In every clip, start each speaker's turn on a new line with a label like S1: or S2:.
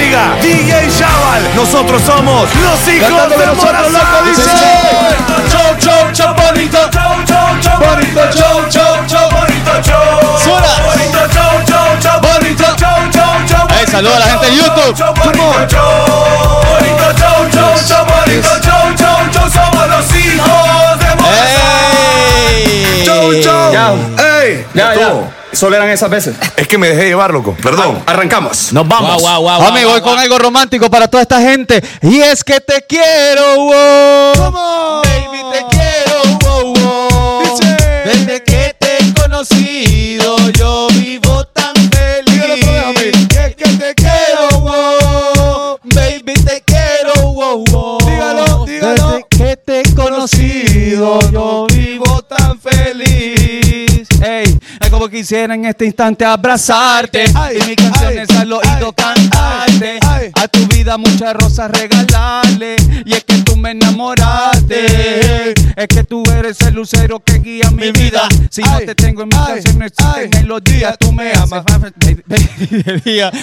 S1: DJ Chaval. Nosotros somos los hijos
S2: Cantando
S1: de
S2: nosotros,
S1: Morazán.
S2: loco, dice.
S1: Chau, chau, chau, bonito. Chau, chau, chau, bonito. Chau, chau, chau, bonito. Chau.
S2: Suena.
S1: Bonito, chau, chau, chau, bonito. Chau, chau, chau.
S2: Ahí, saluda a la gente de YouTube.
S1: Chau, bonito, chau. Bonito, chau, chau, chau, bonito. Chau, chau, chau, somos los hijos de Morazán.
S2: ¡Ey!
S1: Chau, chau.
S3: Ya.
S1: Ey.
S3: Ya,
S1: Estuvo.
S3: ya. Solo eran esas veces.
S1: Es que me dejé llevar, loco. Perdón.
S3: Arrancamos.
S1: Nos
S2: Vamos.
S1: vamos.
S2: Guau,
S4: guau, guau,
S2: voy
S4: guau,
S2: con
S4: guau.
S2: algo romántico para toda esta gente. Y es que te quiero, wow. Baby, te quiero, wow, wow.
S1: Dice.
S2: Desde que te he conocido, yo vivo tan feliz. Y es que te quiero, wow. Baby, te quiero, wow, wow.
S1: Dígalo, dígalo.
S2: Desde que te he conocido, yo vivo tan feliz. Ey, es como quisiera en este instante abrazarte
S1: Ay,
S2: y mis canciones
S1: ay,
S2: al oído
S1: ay,
S2: cantarte.
S1: ay, ay.
S2: A tu vida muchas rosas regalarle y es que tú me enamoraste. Es que tú eres el lucero que guía
S1: Mi
S2: mi, vida.
S1: vida.
S2: Si no
S1: Ay,
S2: te tengo en mis
S1: ay,
S2: canciones, si
S1: ay.
S2: en los días tú me
S1: Tú me
S2: amas.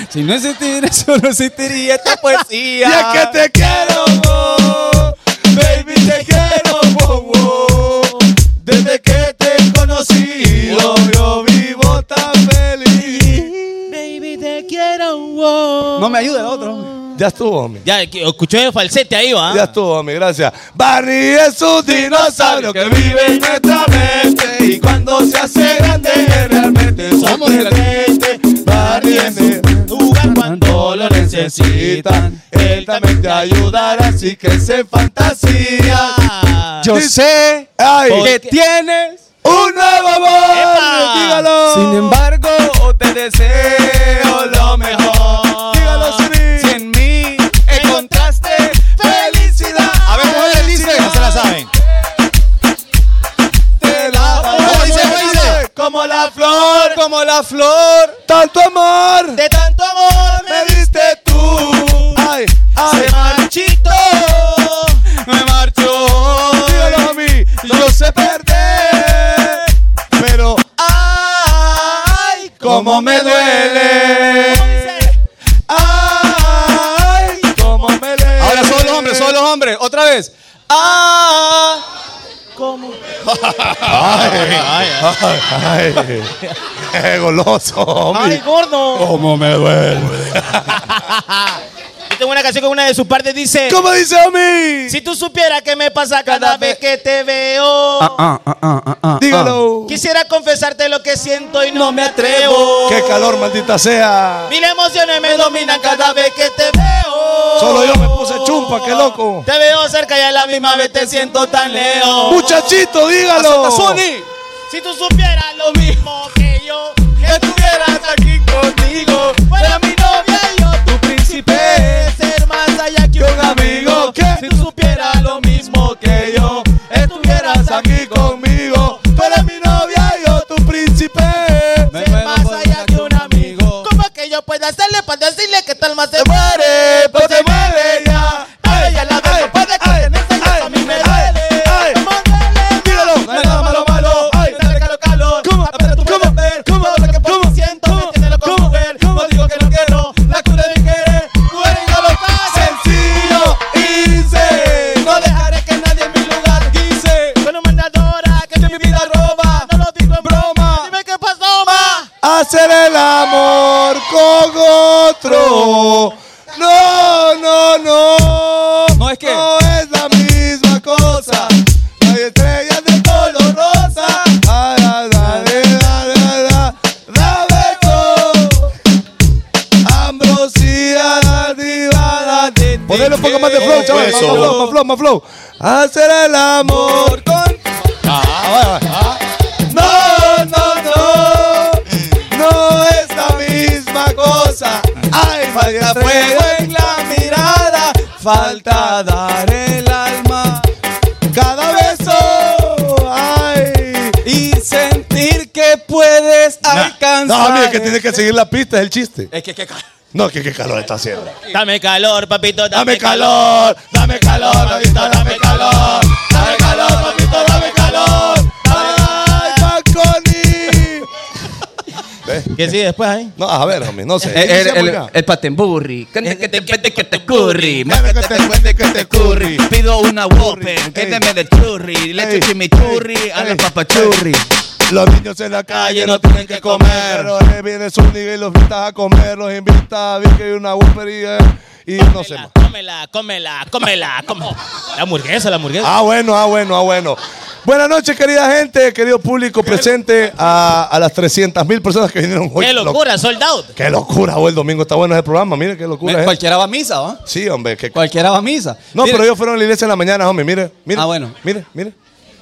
S2: Si no existiera, yo no existiría esta poesía.
S1: Y es que te quiero, oh, baby, te quiero, oh, oh. Desde que te he conocido, yo vivo tan feliz.
S4: Baby, te quiero. wow.
S2: No me ayuda el otro.
S1: Ya estuvo, hombre.
S4: Ya, que- escuché el falsete ahí, va.
S1: Ya estuvo, mi gracias. Barney es un dinosaurio que vive en nuestra mente y cuando se hace grande es realmente sorprendente. Barney es mi lugar cuando lo necesitan. Él también te ayudará, así que se fantasía.
S2: Yo
S1: Dice-
S2: sé
S1: ¡Ay!
S2: que tienes.
S1: ¡Un nuevo amor!
S4: ¡Epa!
S1: ¡Dígalo!
S2: Sin embargo, te deseo
S1: deseo
S2: lo
S1: lo
S2: mejor.
S1: mejor.
S2: Si
S1: Si
S2: en
S1: en
S2: mí encontraste felicidad.
S1: A ver, mujeres,
S2: dice.
S1: dicen.
S2: se la saben.
S1: te la
S2: ¿Cómo dice, cómo dice?
S1: Como la flor,
S2: Como la flor
S1: tanto amor
S2: de tanto amor
S1: me diste tú. ¡Ay! ¡Ay!
S2: se marchito. Me marchó.
S1: Dígalo a mí, yo sé perder, pero
S2: Ay,
S1: cómo me duele. Ay, cómo me duele.
S2: Ahora son los hombres, son los hombres. Otra vez. Ah,
S1: Ay, qué goloso,
S4: Ay,
S1: hombre.
S4: gordo.
S1: Cómo me duele.
S4: Yo tengo una canción que una de sus partes dice:
S1: ¿Cómo dice a mí?
S4: Si tú supieras qué me pasa cada vez que te veo,
S1: Ah,
S2: Ah,
S1: Dígalo.
S4: quisiera confesarte lo que siento y no, me
S2: ah.
S4: atrevo.
S1: Qué calor, maldita sea.
S4: Mil emociones me dominan cada vez que te veo.
S1: Solo yo me puse chumpa, qué loco.
S4: Te veo cerca y a la misma vez te siento tan lejos.
S1: Muchachito, dígalo.
S4: Si tú supieras lo mismo que yo, que estuvieras aquí conmigo. Fuera mi novia y yo tu príncipe. Ser más allá que un amigo.
S1: amigo, que
S4: Si tú supieras lo mismo que yo, estuvieras aquí conmigo. Fuera
S1: Para
S4: mi
S1: mi novia, yo tu príncipe.
S2: Me
S4: ser
S2: muero
S4: más
S2: por
S4: allá
S2: estar
S4: que un
S2: con un
S4: amigo.
S2: amigo.
S4: ¿Cómo que yo puedo hacerle para decirle que tal más se
S1: Te muere, pues te muere ya.
S4: Ay, ya la veo, padre, que
S1: ay,
S4: en esta
S1: ay,
S4: a mí me
S1: ay,
S4: duele.
S1: ay.
S4: Vamos, dale.
S1: Dígalo.
S4: No hay nada malo, malo. Ay, dale calor, calor.
S1: ¿Cómo?
S4: Apenas tú
S1: ¿Cómo?
S4: puedes ver.
S1: ¿Cómo?
S4: Todo lo que por
S1: ¿Cómo?
S4: ti siento,
S1: ¿Cómo?
S4: entiéndelo como
S1: ¿Cómo?
S4: mujer. No digo que no quiero, la cura de mi querer. Tú eres ya lo más
S1: Sencillo, hice.
S4: No dejaré que nadie en mi lugar dice. Soy una mandadora que de mi vida roba. No lo digo en broma. Dime qué pasó, ma.
S1: Hacer el amor con otro. No, no, no.
S2: No, es que-
S1: No es la misma cosa. Hay estrellas de color rosa. Ah, da, da, de, da, da, da. Rabeto. Ambrosía la divada. Ponle un poco más de flow, chaval. Más
S2: Eso.
S1: flow, más flow, más flow. Hacer el amor con. Ah, No, no, no. No es la misma cosa. Ay, falta fuego en la mirada. Falta dar el alma. Cada beso. Ay.
S2: y sentir que puedes
S1: No,
S2: alcanzar.
S1: mira, que tiene que seguir la pista, es el chiste.
S2: Es que, que ca-
S1: No, que qué calor está haciendo.
S4: Dame calor, papito,
S1: Dame calor, dame calor, papito, dame calor. Dame calor, papito, dame calor. Ay, Fanconi. ¿Ves?
S4: ¿Qué sigue después ahí?
S3: No, a ver, homie, no sé.
S2: Eh, El, el,
S3: Iniciamos
S2: el,
S3: ya.
S2: el patemburri. Que te- que te que te- que te curry.
S3: Mueve que te mueve que te curry.
S2: Pido una
S3: Ey.
S2: Whopper, que me de churri,
S3: Ey.
S2: leche chimichurri, a la
S3: Ey.
S2: papachurri.
S3: Los niños en la calle no tienen que comer. Los eh, viene su nigga y los invitas a comer. Los invita a Vicky y una whoppería y no sé más.
S4: Cómela, cómela, cómela, cómela. La hamburguesa, la hamburguesa.
S3: Ah, bueno, ah, bueno, ah, bueno. Buenas noches, querida gente, querido público presente a, a las 300 mil personas que vinieron hoy.
S4: ¡Qué locura, sold out!
S3: Qué locura, hoy el domingo está bueno ese programa. Mire qué locura es.
S2: Cualquiera va a misa, ¿va?
S3: Sí, hombre. qué-
S2: Cualquiera va a misa.
S3: eh. No,
S2: Mire,
S3: pero ellos fueron a la iglesia en la mañana, hombre. Mire, mire.
S2: Ah, bueno.
S3: Mire, mire.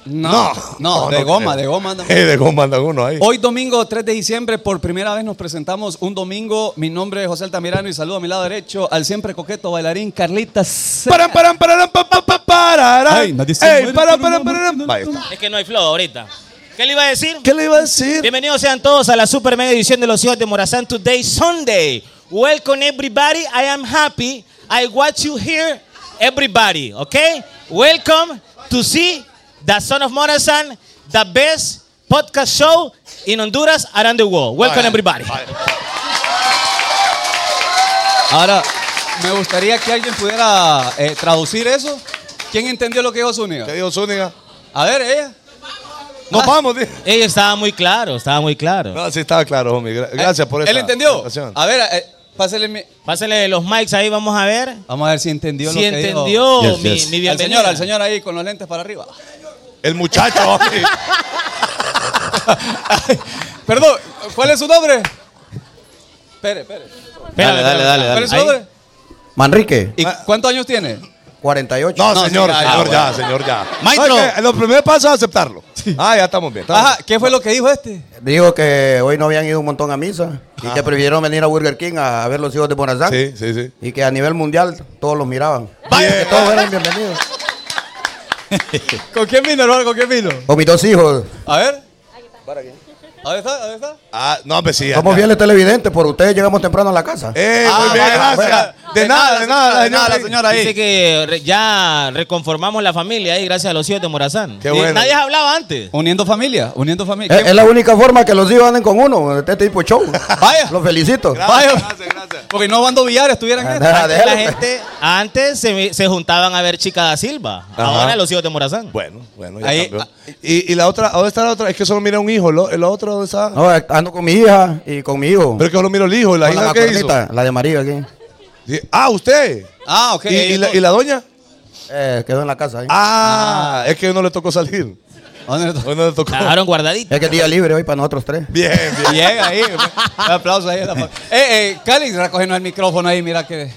S2: No, no, de goma,
S3: creo.
S2: de goma. anda.
S3: Sí, de goma andan uno ahí.
S2: Hoy domingo 3 de diciembre, por primera vez nos presentamos un domingo. Mi nombre es José Altamirano y saludo a mi lado derecho al siempre coqueto bailarín Carlitas.
S3: Paran, paran, paran, pa, pa, pa, pararán.
S2: Ay, nadie se
S3: Ey,
S2: muere
S3: paran,
S2: por un
S3: paran,
S2: amor
S3: paran.
S2: tan
S3: Ahí está.
S4: Es que no hay flow ahorita. ¿Qué le iba a decir?
S3: ¿Qué le iba a decir?
S4: Bienvenidos sean todos a la super mega edición de los hijos de Morazán Today Sunday. Welcome everybody. I am happy. I watch you here, everybody. Okay? Welcome to see the son of Morazán, the best podcast show in Honduras around the world. Welcome everybody.
S2: Ahora, me gustaría que alguien pudiera eh, traducir eso. ¿Quién entendió lo que dijo Zúñiga?
S3: ¿Qué dijo Zúñiga?
S2: A ver, ella.
S3: ¿eh? Nos
S2: Ah.
S3: vamos, tío.
S4: Ella estaba muy claro, estaba muy claro.
S3: No, sí, estaba claro, homie. Gra- Gracias por
S2: Eh,
S3: esa
S2: ¿Él entendió?
S3: presentación.
S2: A ver, eh, pásale mi...
S4: Pásale los mics ahí, vamos a ver.
S2: Vamos a ver si entendió
S4: Si
S2: lo que dijo.
S4: entendió
S3: Yes,
S4: mi,
S3: yes.
S4: mi
S2: Al
S4: bienvenida.
S2: señor, al señor ahí con los lentes para arriba.
S3: El muchacho, homie.
S2: Perdón, ¿cuál es su nombre? Espere, espere.
S5: Dale,
S4: Espérame,
S5: dale, dale,
S2: ¿Cuál
S5: dale.
S2: es su
S4: Ahí.
S2: nombre?
S5: Manrique,
S2: ¿Y
S3: Ah.
S2: cuántos años tiene?
S5: 48.
S3: No,
S2: No,
S3: señor,
S2: sí, ah,
S3: señor,
S2: bueno.
S3: ya, señor, ya.
S4: Maestro.
S3: ¿Sabes qué? Lo primero paso es aceptarlo. Ah, ya estamos bien. estamos
S2: Ajá, ¿qué fue lo que dijo este?
S5: Digo que hoy no habían ido un montón a misa y que prefirieron venir a Burger King a, a ver los hijos de Bonazán.
S3: bien. Sí, sí, sí.
S5: Y que a nivel mundial todos los miraban.
S3: Vaya.
S5: Que todos eran bienvenidos.
S2: ¿Con quién vino, hermano? ¿Con quién vino?
S5: Con mis dos hijos.
S2: A ver. ¿Ahí está? ¿Ahí está?
S3: Ah, no, hombre, sí. ya
S5: Somos
S3: está.
S5: fieles televidentes, por ustedes llegamos temprano a la casa.
S3: Eh,
S2: Ah,
S3: muy bien,
S2: vaya,
S3: gracias.
S2: vaya.
S3: De nada, de nada, de nada, la señora.
S4: Dice que re- ya reconformamos la familia ahí gracias a los hijos de Morazán.
S3: Qué
S4: Y
S3: bueno.
S4: Nadie hablaba antes.
S2: Uniendo familia, uniendo familia.
S3: Eh,
S5: Es,
S2: ¿Qué-
S5: es la única forma que los hijos anden con uno, este tipo de show.
S2: Vaya.
S5: Los felicito.
S2: Vaya.
S3: Gracias, gracias.
S2: Porque no Bando Villar estuvieran en
S5: Nada,
S2: esta.
S4: Antes,
S5: déjalo,
S4: la
S5: pues.
S4: gente, antes se, se juntaban a ver Chica da Silva. Ahora los hijos de Morazán.
S3: Bueno, bueno, ya
S2: Ahí,
S3: cambió.
S2: ah,
S3: Y, y la otra, ¿dónde está la otra? Es que solo mira un hijo. ¿Lo, ¿El otro dónde está?
S5: No, eh, ando con mi hija y con mi hijo.
S3: Pero es que solo miro el hijo. ¿Y la
S5: Con
S3: hija qué hizo?
S5: macronita, la de María aquí.
S3: Sí. Ah, usted.
S2: Ah, ok.
S3: ¿Y, y la, y la doña?
S5: Eh, quedó en la casa. ahí.
S3: Ah, es que no le tocó salir.
S2: ¿Dónde está?
S3: Hoy no le tocó.
S4: La dejaron guardadita.
S5: Es que es día libre hoy para nosotros tres.
S3: Bien, bien.
S2: Llega ahí. Un aplauso ahí. a la fa- Eh, eh, Cali, recogenos el micrófono ahí, mira que.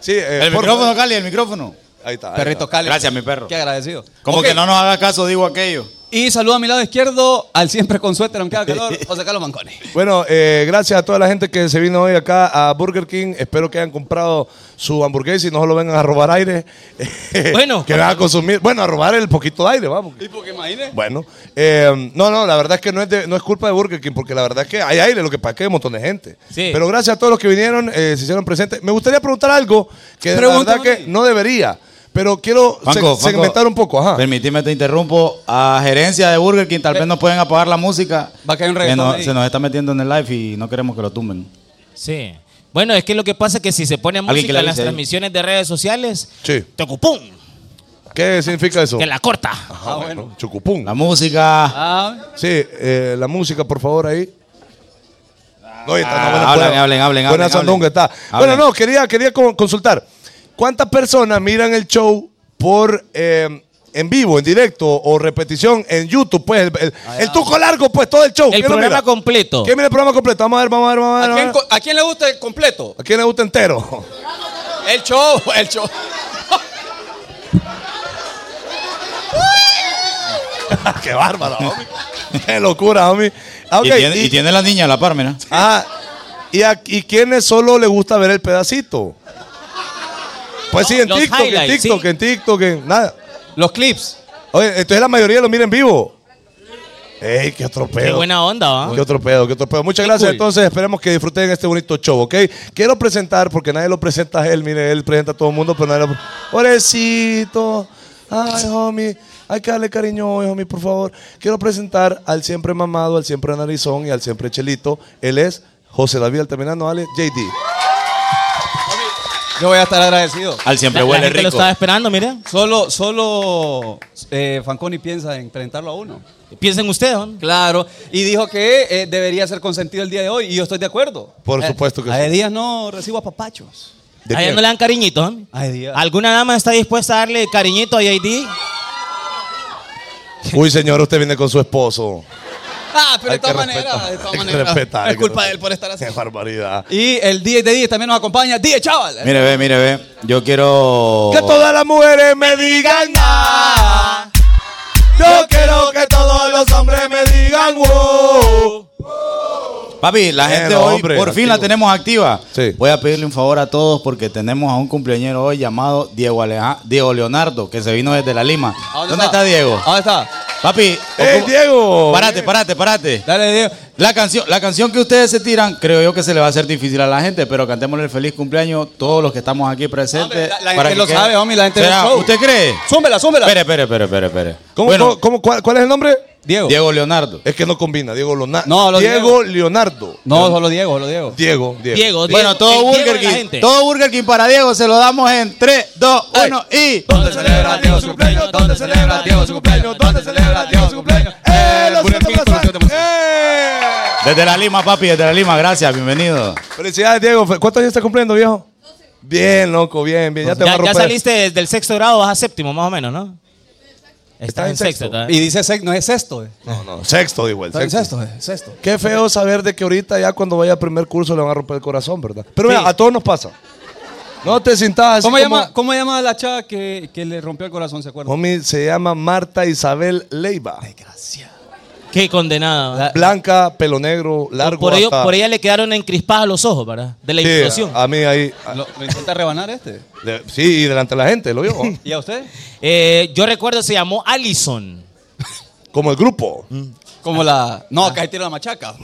S3: Sí, eh,
S6: El
S3: por-
S6: micrófono, Cali, el micrófono.
S3: Ahí está. ahí
S2: Perrito
S3: está.
S2: Cali. pues,
S6: Gracias, mi perro.
S2: Qué agradecido.
S6: Como
S2: Ok,
S6: que no nos haga caso, digo aquello.
S2: Y saludo a mi lado izquierdo, al siempre con suéter, aunque haga calor, José Carlos Manconi.
S3: Bueno, eh, gracias a toda la gente que se vino hoy acá a Burger King. Espero que hayan comprado su hamburguesa y no solo vengan a robar aire.
S4: Bueno.
S3: que van a consumir. Bueno, a robar el poquito de aire, vamos.
S2: ¿Y porque imagínate?
S3: Bueno, eh, no, no, la verdad es que no es, de- no es culpa de Burger King, porque la verdad es que hay aire, lo que pasa es que hay un montón de gente.
S4: Sí.
S3: Pero gracias a todos los que vinieron, eh, se hicieron presentes. Me gustaría preguntar algo que
S2: Pregunta,
S3: la verdad que
S2: Moni.
S3: no debería, pero quiero se-
S6: Juanco, Juanco,
S3: segmentar un poco. Ajá.
S6: Permitime, te interrumpo. A gerencia de Burger King, tal
S2: Eh.
S6: vez nos pueden apagar la música.
S2: Va a caer un
S6: Que
S2: reggaetón
S6: no-
S2: ahí.
S6: Se nos está metiendo en el live y no queremos que lo tumben.
S4: Sí. Bueno, es que lo que pasa es que si se pone
S6: Alguien que
S4: música
S6: la
S4: en las
S6: avise ahí.
S4: transmisiones de redes sociales,
S3: Sí.
S4: tocupum,
S3: ¿Qué significa eso?
S4: que la corta.
S3: Ah, bueno. Chucupum.
S6: La música.
S2: Ah,
S3: Sí, eh, la música, por favor, ahí. No, y está una buena-
S6: Ah, hablen,
S3: buena-
S6: hablen, hablen,
S3: Buena
S6: hablen,
S3: sandunga
S6: hablen.
S3: está.
S6: Hablen.
S3: Bueno, no, quería, quería con- consultar. ¿Cuántas personas miran el show por eh, en vivo, en directo o repetición en YouTube? Pues el, el- el tuco largo, pues todo el show.
S4: El
S3: ¿Quién lo
S4: programa
S3: mira?
S4: completo.
S3: ¿Quién mira el programa completo? Vamos a ver, vamos a ver, vamos a ver.
S2: ¿a,
S3: vamos a
S2: quién,
S3: ver.
S2: co- a quién le gusta el completo?
S3: ¿A quién le gusta entero?
S2: El show, el show.
S3: Qué bárbaro, homie. Qué locura, homie. Ah, ok,
S6: y, tiene, y tiene la niña a la par, mira.
S3: Ajá. Ah, ¿Y, a, y quiénes solo le gusta ver el pedacito? Pues sí, en
S4: Los
S3: TikTok, en
S4: highlights,
S3: TikTok,
S4: sí.
S3: en TikTok, en nada.
S2: Los clips.
S3: Oye, entonces la mayoría lo mira en vivo. ¡Ey, qué otro
S4: Qué
S3: pedo!
S4: buena onda, ¿va?
S3: Qué otro pedo, qué otro pedo. Muchas gracias.
S4: Ah. cool.
S3: Entonces, esperemos que disfruten este bonito show, ¿ok? Quiero presentar, porque nadie lo presenta a él. Mire, él presenta a todo el mundo, pero nadie lo. ¡Orecito! ¡Ay, homie! Hay que darle cariño hoy, homie, por favor. Quiero presentar al siempre mamado, al siempre narizón y al siempre chelito. Él es José David Altamirano, Ale, JD.
S2: Yo voy a estar agradecido.
S6: Al siempre
S4: La- la
S6: huele
S4: gente lo
S6: rico.
S4: estaba esperando, miren.
S2: Solo, solo eh, Fanconi piensa en presentarlo a uno.
S4: Piensen ustedes, ¿no?
S2: Claro, y dijo que eh, debería ser consentido el día de hoy, y yo estoy de acuerdo. Eh,
S3: Por supuesto que
S2: a
S3: sí.
S2: de días no recibo apapachos.
S3: ¿De
S4: A ella
S3: quién?
S4: no le dan cariñitos. ¿eh?
S2: A de días.
S4: ¿Alguna dama está dispuesta a darle cariñito a JD?
S3: Uy, señor, usted viene con su esposo.
S2: Ah, pero de
S3: Hay que
S2: todas
S3: respetar,
S2: maneras, de todas
S3: hay que
S2: maneras.
S3: respetar, hay
S2: es
S3: que
S2: culpa de
S3: respetar.
S2: él por estar así.
S3: Qué barbaridad.
S2: Y el 10 de 10 también nos acompaña. 10, chaval.
S6: Mire, ve, mire, ve. Yo quiero.
S3: Que todas las mujeres me digan ah. Yo quiero que todos los hombres me digan wow.
S6: Papi, la
S3: Bueno,
S6: gente hoy
S3: hombre,
S6: por fin
S3: activo.
S6: la tenemos activa.
S3: Sí.
S6: Voy a pedirle un favor a todos porque tenemos a un cumpleañero hoy llamado Diego, Aleja- Diego Leonardo, que se vino desde la Lima.
S2: ¿A
S6: ¿Dónde, está? Diego?
S2: ¿A ¿Dónde está?
S6: Papi,
S3: ¡Eh,
S6: ocupo-
S3: Diego! eh.
S6: Párate, párate, párate.
S2: Dale, Diego.
S6: La canción, la canción que ustedes se tiran, creo yo que se le va a hacer difícil a la gente, pero cantémosle el feliz cumpleaños todos los que estamos aquí
S2: Hombre,
S6: presentes.
S2: la- la gente lo sabe, homie, la gente ve el
S6: ¿Será?
S2: show.
S6: ¿Usted cree?
S2: Súmbela, súmbela.
S6: Espere, espere, espere, espere, espere.
S3: ¿Cómo,
S6: bueno,
S3: cómo- cómo- cuál, cuál es el nombre?
S2: Diego.
S6: Diego Leonardo.
S3: Es que no combina, Diego Leonardo.
S2: No, lo
S3: Diego Leonardo.
S2: No, solo Diego, solo Diego.
S3: Diego, Diego.
S4: Diego,
S6: Bueno, todo
S4: el Diego
S6: Burger
S4: de la
S6: King.
S4: gente.
S6: Todo Burger King para Diego se lo damos en 3, 2, 1 y.
S1: ¿Dónde celebra Diego su cumpleaños? ¿Dónde celebra Diego su cumpleaños? ¿Dónde celebra Diego su cumpleaños?
S3: ¡Eh,
S1: Eh,
S3: lo
S1: Burger
S3: siento
S1: King,
S3: pasar!
S1: producción de música.
S3: ¡Eh!
S6: Desde la Lima, papi, desde la Lima, gracias, bienvenido.
S3: Felicidades, Diego. Fe- ¿Cuántos años estás cumpliendo, viejo? Bien, loco, bien, bien. Ya te va a
S4: Pues Ya, ya
S3: romper.
S4: saliste del sexto grado, vas a séptimo, más o menos, ¿no? Estás en sexto. todavía.
S2: Y dice sexto, no es sexto. eh.
S3: No, no, sexto, digo, el
S2: No, es
S3: sexto.
S2: sexto, eh, es sexto.
S3: Qué feo saber de que ahorita ya cuando vaya al primer curso le van a romper el corazón, ¿verdad? Pero
S4: Sí.
S3: mira, a todos nos pasa. No te sintas así
S2: ¿Cómo,
S3: como-
S2: llama, ¿Cómo llama la chava que, que le rompió el corazón, se acuerda?
S3: Homie, se llama Marta Isabel Leiva.
S4: Qué condenado. ¿verdad?
S3: Blanca, pelo negro, largo.
S4: Por, ello,
S3: hasta-
S4: por ella le quedaron encrispados los ojos, ¿verdad? De la
S3: Sí, ah,
S4: indignación.
S3: a mí ahí. a-
S2: ¿Lo, lo intenta rebanar este?
S3: de- sí, y delante de la gente, lo vio.
S2: ¿Y a usted?
S3: ah.
S4: Eh, yo recuerdo, se llamó Allison.
S3: como el grupo.
S2: Como la. No, acá ahí tiro la machaca.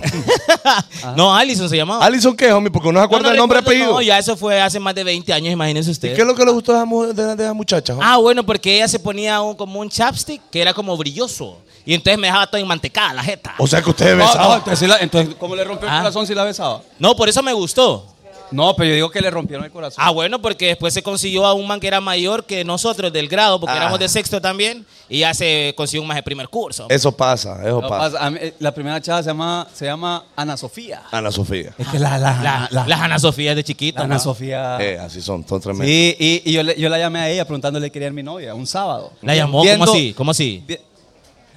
S4: no, Allison se llamaba.
S3: ¿Alison qué, homie? Porque no se acuerda
S4: No, no
S3: el nombre
S4: recuerdo,
S3: apellido.
S4: No, ya eso fue hace más de 20 años, imagínense
S3: ¿Y
S4: ustedes.
S3: qué es lo que le gustó de esa mu- de, de esa muchacha? homie?
S4: Ah, bueno, porque ella se ponía un- como un chapstick que era como brilloso. Y entonces me dejaba toda enmantecada la jeta.
S3: O sea que ustedes
S2: No, no,
S3: besaban.
S2: entonces, sí la- entonces, ¿cómo le rompió el
S4: Ah.
S2: corazón si la besaba?
S4: No, por eso me gustó.
S2: No, pero yo digo que le rompieron el corazón.
S4: Ah, bueno, porque después se consiguió a un man que era mayor que nosotros del grado, porque
S3: Ah.
S4: éramos de sexto también, y ya se consiguió un más de primer curso.
S3: Eso pasa, eso
S2: No,
S3: pasa.
S2: pasa. A mí, eh, la primera chava se llama, se llama Ana Sofía.
S3: Ana Sofía.
S2: Es que la, la,
S4: La- las Ana Sofía de chiquita.
S2: Ana
S4: ¿no?
S2: Sofía.
S3: Eh, así son, son tremendos.
S2: Ah. Sí, y, y yo, le- yo la llamé a ella preguntándole que quería mi novia, un sábado.
S4: La llamó,
S2: Viendo-
S4: ¿cómo así? ¿Cómo así?
S2: vi-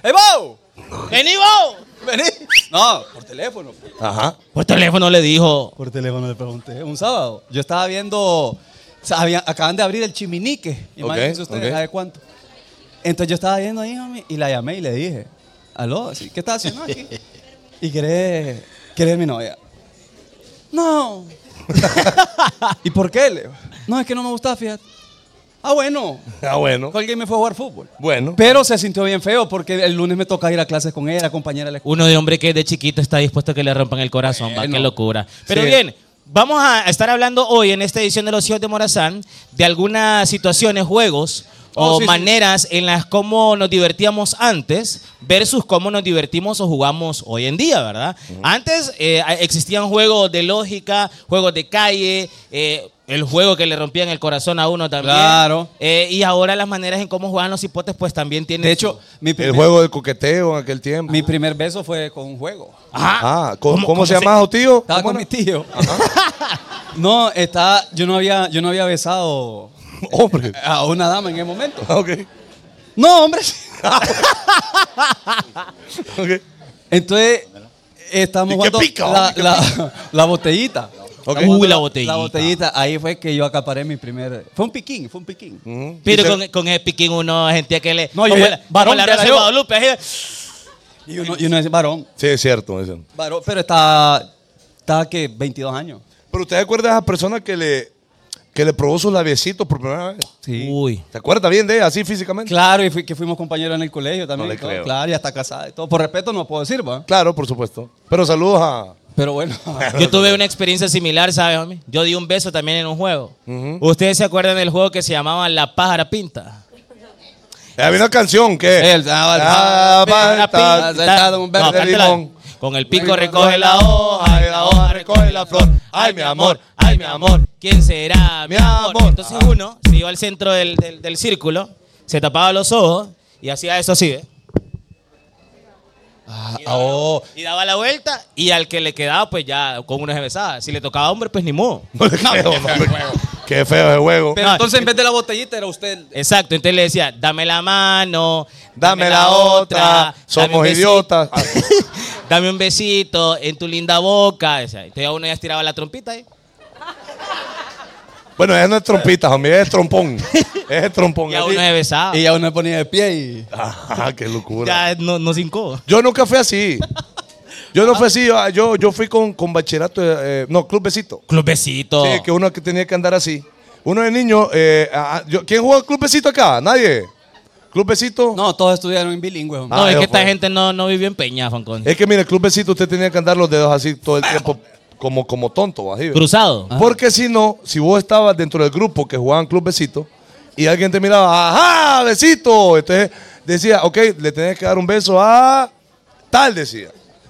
S2: ¡Ey, Mau!
S4: ¡Vení vos!
S2: ¡Vení! No, por teléfono.
S3: Ajá.
S4: Por teléfono le dijo.
S2: Por teléfono le pregunté. Un sábado. Yo estaba viendo. o sea, había- acaban de abrir el chiminique. Imagínense
S3: Ok,
S2: ustedes,
S3: ok.
S2: ¿sabe cuánto? Entonces yo estaba viendo ahí, homie, y la llamé y le dije, aló, sí, ¿qué estás haciendo aquí? ¿Y querés, querés mi novia? No. ¿Y por qué? Le digo, no, es que no me gusta, fíjate. Ah, bueno.
S3: Ah, bueno.
S2: Alguien me fue a jugar fútbol.
S3: Bueno.
S2: Pero se sintió bien feo porque el lunes me toca ir a clases con ella, era compañera de la escuela.
S4: Uno de hombre que de chiquito está dispuesto a que le rompan el corazón, va,
S2: Bueno.
S4: qué locura. Pero
S2: Sí.
S4: bien, vamos a estar hablando hoy en esta edición de Los Hijos de Morazán de algunas situaciones, juegos
S2: Oh,
S4: o
S2: sí, sí.
S4: maneras en las cómo nos divertíamos antes versus cómo nos divertimos o jugamos hoy en día, ¿verdad? Antes eh, existían juegos de lógica, juegos de calle, eh, el juego que le rompían el corazón a uno también.
S2: Claro.
S4: Eh, y ahora las maneras en cómo juegan los hipotes pues también tienen...
S2: De hecho, mi
S3: El
S2: primer,
S3: juego del coqueteo en aquel tiempo.
S2: mi primer beso fue con un juego.
S3: Ah, ¿cómo, cómo se llamaba, tío?
S2: Estaba con
S3: ¿Cómo
S2: mi
S3: era?
S2: tío. no, estaba, yo no había, yo no había besado
S3: Hombre.
S2: a una dama en el momento.
S3: Ah, ok.
S2: No, hombre.
S3: Ok.
S2: Entonces, estamos
S3: ¿Y qué
S2: jugando
S3: pica,
S2: la,
S3: hombre? ¿Qué
S2: la- la botellita.
S3: Ok.
S2: Estamos jugando
S4: Uy, la botellita.
S2: La botellita. Ahí fue que yo acaparé mi primer. Fue un piquín, fue un piquín.
S3: Ujú.
S4: Pero
S3: Y se-
S4: con, con ese piquín uno sentía que le.
S2: No, yo
S4: como
S2: ya-
S4: la,
S2: varón
S4: como la
S2: ya era
S4: Rosa de
S2: yo.
S4: Guadalupe, así,
S2: Y uno, y uno es varón.
S3: Sí, es cierto. es cierto.
S2: Varón, pero estaba, estaba que 22 años.
S3: Pero ¿usted acuerda de esa persona que le, que le probó sus labiecitos por primera vez?
S2: Sí.
S4: Uy.
S3: ¿Te acuerdas bien de ella, así físicamente?
S2: Claro, y fui- que fuimos compañeros en el colegio también.
S3: No le
S2: y todo,
S3: creo.
S2: Claro, y hasta casada y todo. Por respeto no puedo decir, ¿va?
S3: Claro, por supuesto. Pero saludos a...
S2: Pero bueno.
S4: Yo tuve una experiencia similar, ¿sabes, homie? Yo di un beso también en un juego. ¿Ustedes se acuerdan del juego que se llamaba La Pájara Pinta?
S3: Eh, Había una canción que...
S2: El sábado, el
S3: Ah,
S2: sábado,
S3: basta,
S2: pinta,
S3: ta-
S2: sentado en un verde
S4: cántala.
S3: limón.
S4: Con el pico recoge la hoja y la hoja
S3: recoge la flor. Ay, mi amor, ay, mi amor.
S4: ¿Quién será? Mi
S3: Mi
S4: amor.
S3: amor.
S4: Entonces uno se iba al centro del, del- del círculo, se tapaba los ojos y hacía eso así, ¿eh?
S2: Ah,
S4: y, daba,
S2: oh.
S4: y daba la vuelta y al que le quedaba, pues ya con una se besaba. Si le tocaba hombre, pues ni modo.
S3: Qué feo, hombre. Qué feo ese juego.
S4: No,
S1: Pero entonces en vez de la botellita era usted.
S4: Exacto, entonces le decía, dame la mano,
S3: Dame la otra.
S4: dame un
S3: Somos
S4: besito,
S3: idiotas.
S4: Dame un besito en tu linda boca. O sea, entonces a uno ya estiraba la trompita ¿eh?
S3: Bueno, ese no es trompita, homie, es trompón. Es el trompón.
S4: y a uno se besaba.
S2: Y ya uno se ponía de pie y.
S3: Ajá, qué locura.
S4: Ya no, no cinco.
S3: Yo nunca fui así. Yo no fui así. Yo, yo, yo fui con, con bachillerato, eh, no, club besito.
S4: Club besito.
S3: Sí, que uno que tenía que andar así. Uno de niño, eh, ah, yo- ¿quién jugó club besito acá? Nadie. Club besito.
S2: No, todos estudiaron en bilingüe. hombre.
S4: No,
S3: Ah,
S4: es
S3: yo
S4: que esta
S3: fue.
S4: gente no, no vivió en Peña, Fancón.
S3: Es que mire, club besito usted tenía que andar los dedos así todo el tiempo, como, como tonto, así. ¿ve?
S4: Cruzado.
S3: Porque si no, si vos estabas dentro del grupo que jugaban club besito y alguien te miraba, ajá, besito. Entonces decía, ok, le tenés que dar un beso a tal, decía.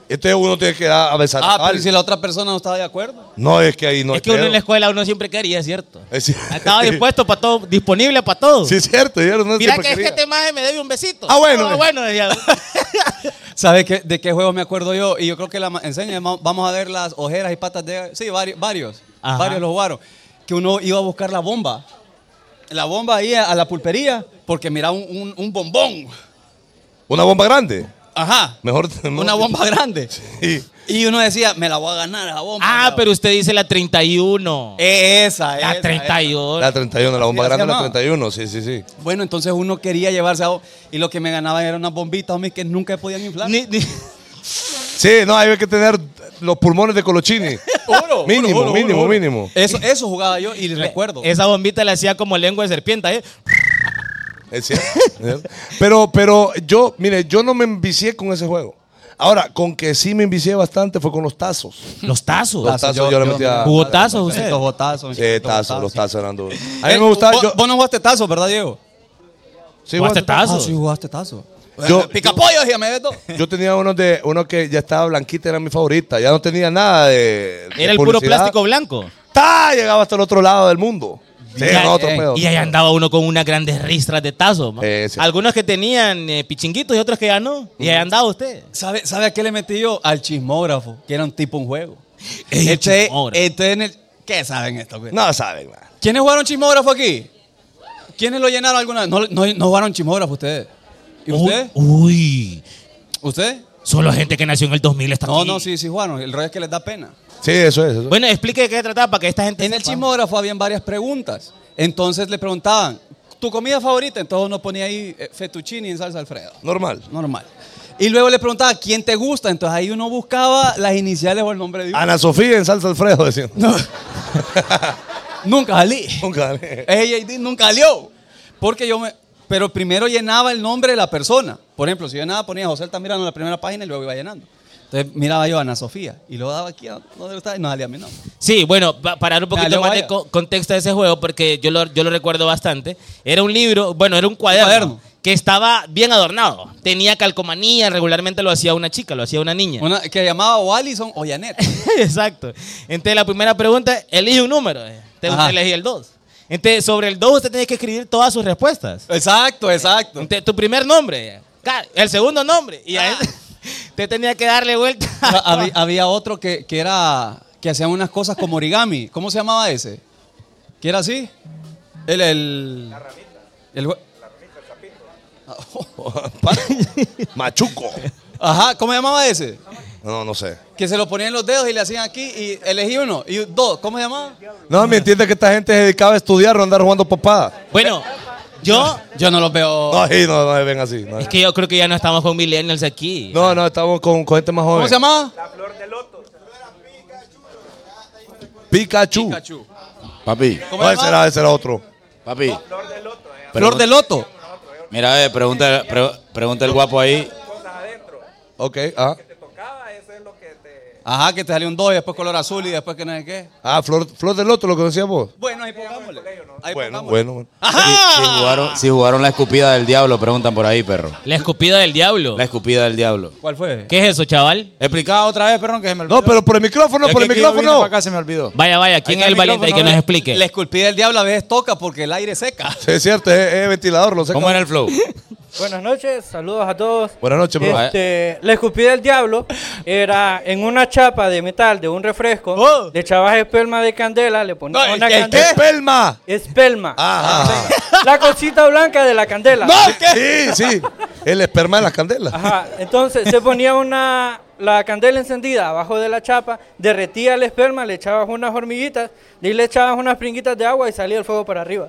S3: Entonces uno tiene que dar a besar a
S2: Ah, pero
S3: tal.
S2: ¿y si la otra persona no estaba de acuerdo.
S3: No, es que ahí no hay
S4: es que uno
S3: pedo.
S4: en la escuela uno siempre quería, es cierto.
S3: Es ci-
S4: Estaba dispuesto para todo, disponible para todo.
S3: Sí, es cierto. Yo no
S4: Mira
S3: siempre
S4: que
S3: quería.
S4: este maje me debe un besito.
S3: Ah, bueno.
S4: bueno, decía.
S2: ¿Sabes qué, de qué juego me acuerdo yo? Y yo creo que la ma- enseña, ma- vamos a ver las ojeras y patas de... Sí, varios, varios,
S4: Ajá.
S2: varios lo jugaron. Que uno iba a buscar la bomba. La bomba ahí a a la pulpería porque miraba un, un- un bombón.
S3: Una bomba grande.
S2: Ajá.
S3: Mejor.
S2: Una bomba grande.
S3: Sí.
S2: Y uno decía, me la voy a ganar esa bomba.
S4: ah,
S2: Yo,
S4: pero usted dice la 31.
S2: Esa, esa.
S4: la 31.
S3: La 31, la bomba
S2: así
S3: grande, la
S2: llamaba.
S3: 31, sí, sí, sí.
S2: esa. Bueno, entonces uno quería llevarse a... Y lo que me ganaban eran unas bombitas, homie, que nunca podían inflar.
S4: Ni- ni-
S3: Sí, no, ahí hay que tener los pulmones de Colochini.
S2: Oro,
S3: mínimo,
S2: oro, oro,
S3: mínimo,
S2: oro.
S3: mínimo.
S2: Eso, eso jugaba yo y recuerdo.
S4: Esa bombita la hacía como lengua de serpiente. ¿eh?
S3: Es cierto. pero, pero yo, mire, yo no me envicié con ese juego. Ahora, con que sí me envicié bastante fue con los tazos.
S4: Los tazos.
S3: Los tazos yo, le metía.
S4: Jugó tazos usted.
S2: Los botazos.
S3: Sí, tazos, los tazos eran duros. A
S4: Eh,
S3: mí me gustaba.
S2: Vos,
S3: Yo,
S2: vos no jugaste tazos, ¿verdad, Diego?
S3: sí,
S4: jugaste
S3: bueno,
S4: tazos?
S2: Ah, sí, jugaste tazos.
S3: Yo-
S2: Picapollos, ya me ves todo.
S3: Yo tenía uno de uno que ya estaba blanquita, era mi favorita. Ya no tenía nada de. de
S4: Era el puro
S3: publicidad.
S4: plástico blanco.
S3: ¡Ta! Llegaba hasta el otro lado del mundo. Sí,
S4: Ya,
S3: no, otro
S4: eh,
S3: pedo.
S4: Y ahí andaba uno con unas grandes ristras de tazos. ¿no?
S3: Eh, sí.
S4: Algunos que tenían eh, pichinguitos y otros que ya no. Y ahí andaba usted.
S2: ¿Sabe, ¿Sabe a qué le metí yo? Al chismógrafo, que era un tipo un juego.
S4: Ey, el
S2: Este-
S4: chismógrafo.
S2: este en el- ¿Qué saben esto? güey?
S3: No saben nada.
S2: ¿Quiénes jugaron chismógrafo aquí? ¿Quiénes lo llenaron alguna vez? No, no, no jugaron chismógrafo ustedes. ¿Y usted?
S4: Uy, uy,
S2: ¿Usted?
S4: solo gente que nació en el 2000 está
S2: No,
S4: aquí.
S2: no, sí, sí jugaron. El rollo es que les da pena.
S3: Sí, eso es. Eso. es.
S4: Bueno, explique de qué trataba para que esta gente.
S2: En el
S4: sepa.
S2: chismógrafo habían varias preguntas. Entonces le preguntaban, ¿tu comida favorita? Entonces uno ponía ahí eh, fettuccine en salsa Alfredo.
S3: Normal.
S2: Normal. Y luego le preguntaba, ¿quién te gusta? Entonces ahí uno buscaba las iniciales o el nombre de Dios.
S3: Ana Sofía en salsa Alfredo, decían.
S2: Nunca salí.
S3: Nunca.
S2: AJD nunca salió. Porque yo me. Pero primero llenaba el nombre de la persona. Por ejemplo, si yo llenaba, ponía José Altamirano en la primera página y luego iba llenando. Entonces miraba yo a Ana Sofía y lo daba aquí a donde estaba y no salía mi nombre.
S4: Sí, bueno, pa- para dar un poquito
S2: Dale,
S4: más de
S2: vaya.
S4: co- contexto de ese juego, porque yo lo, yo lo recuerdo bastante. Era un libro, bueno, era un cuaderno,
S2: cuaderno.
S4: que estaba bien adornado. Tenía calcomanía, regularmente lo hacía una chica, lo hacía una niña.
S2: Una que llamaba o Allison o Janet.
S4: Exacto. Entonces, la primera pregunta, elige un número. eh. Entonces,
S2: Ajá.
S4: usted elegía el 2. Entonces, sobre el 2, usted tiene que escribir todas sus respuestas.
S2: exacto, exacto.
S4: Entonces, tu primer nombre, ca- el segundo nombre. Y a
S2: Ah.
S4: él- usted tenía que darle vuelta.
S2: había, había otro que, que era. que hacían unas cosas como origami. ¿Cómo se llamaba ese? ¿Que era así? El. el la ramita. El, jue-
S3: Machuco.
S2: ajá, ¿cómo se llamaba ese?
S3: No, no sé.
S2: Que se lo ponían en los dedos y le hacían aquí y elegí uno. Y dos, ¿cómo se llamaba?
S3: No, me entiende que esta gente se dedicaba a estudiar o andar jugando papada.
S4: Bueno, yo...
S2: Yo no los veo.
S3: No, sí, no, no se ven así. No,
S4: Es que yo creo que ya no estamos con millennials aquí.
S3: no, no, estamos con, con gente más joven.
S2: ¿Cómo se llamaba?
S3: Pikachu.
S6: Papi,
S2: ¿Cómo
S3: No,
S2: se
S3: ese
S2: llamaba?
S3: era, ese era otro.
S6: papi.
S2: Flor de Loto.
S6: Mira, eh, pregunta, pre- pregunta el guapo ahí.
S3: Ok, ah.
S2: Ajá, que te salió un 2 y después color azul y después que no sé qué.
S3: Ah, Flor, Flor del Loto, lo conocías vos.
S2: Bueno, ahí pongámosle. Ahí
S3: Bueno,
S2: pongámosle.
S3: bueno, bueno.
S6: Si
S2: Ah.
S6: jugaron, si jugaron la escupida del diablo, preguntan por ahí, perro.
S4: La escupida del diablo.
S6: La escupida del diablo.
S2: ¿Cuál fue?
S4: ¿Qué es eso, chaval?
S6: Explicaba otra vez, perro, que se me olvidó.
S3: No, pero por el micrófono,
S6: Es
S3: por
S6: que
S3: el
S6: aquí yo vine
S3: micrófono.
S6: pa' acá se me olvidó.
S4: Vaya, vaya, ¿quién es
S6: está
S4: el
S6: el
S4: valiente ahí que
S6: micrófono,
S4: nos
S6: eh.
S4: explique?
S2: La esculpida del diablo a veces toca porque el aire seca.
S3: Sí, es cierto, es, es ventilador, lo sé.
S6: ¿Cómo era el flow?
S7: Buenas noches, saludos a todos.
S3: Buenas noches, bro.
S6: eh.
S7: Este, la escupida del diablo era en una chapa de metal de un refresco,
S2: Oh.
S7: le echabas esperma de candela, le ponías
S2: No,
S7: una
S2: ¿qué-
S7: candela.
S3: ¡Espelma!
S7: Espelma.
S3: Ajá.
S7: La cosita blanca de la candela.
S3: Sí, sí. El esperma de las
S8: Ah,
S3: candelas.
S7: Ajá. Entonces se ponía una la candela encendida abajo de la chapa, derretía el esperma, le echabas unas hormiguitas y le echabas unas pringuitas de agua y salía el fuego para arriba.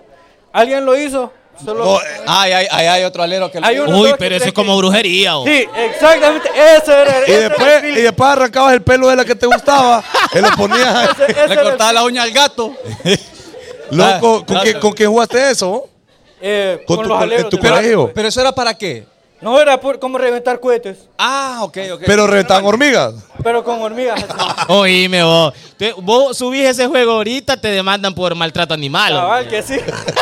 S7: ¿Alguien lo hizo? Solo-
S3: No, eh,
S2: Ay, ay, ay, hay otro alero que lo
S7: Hay uno,
S4: Uy,
S7: dos,
S4: pero
S7: tres,
S4: eso es
S7: que-
S4: como brujería. o-
S7: Sí, exactamente. Eso era.
S3: y,
S7: ese era el
S3: después,
S7: feeling.
S3: y después arrancabas el pelo de la que te gustaba. Él lo ponías.
S7: Ese- ese era
S2: Le
S7: el
S2: cortaba la uña al gato.
S3: Loco, ¿con,
S2: Ah,
S3: qué,
S2: ah,
S3: ¿con qué jugaste eso?
S7: Eh,
S3: Con
S7: con,
S3: tu
S7: los
S3: co-
S7: aleros.
S3: en tu
S7: de
S3: colegio.
S7: barrio, pues.
S2: Pero eso era para qué?
S7: No era por, como reventar cohetes,
S2: Ah, ok, ok.
S3: Pero retan hormigas.
S7: pero con hormigas. así.
S4: Oíme vos. Te- vos subís ese juego ahorita, te demandan por maltrato animal. hombre.
S7: Cabal, Ah, que sí.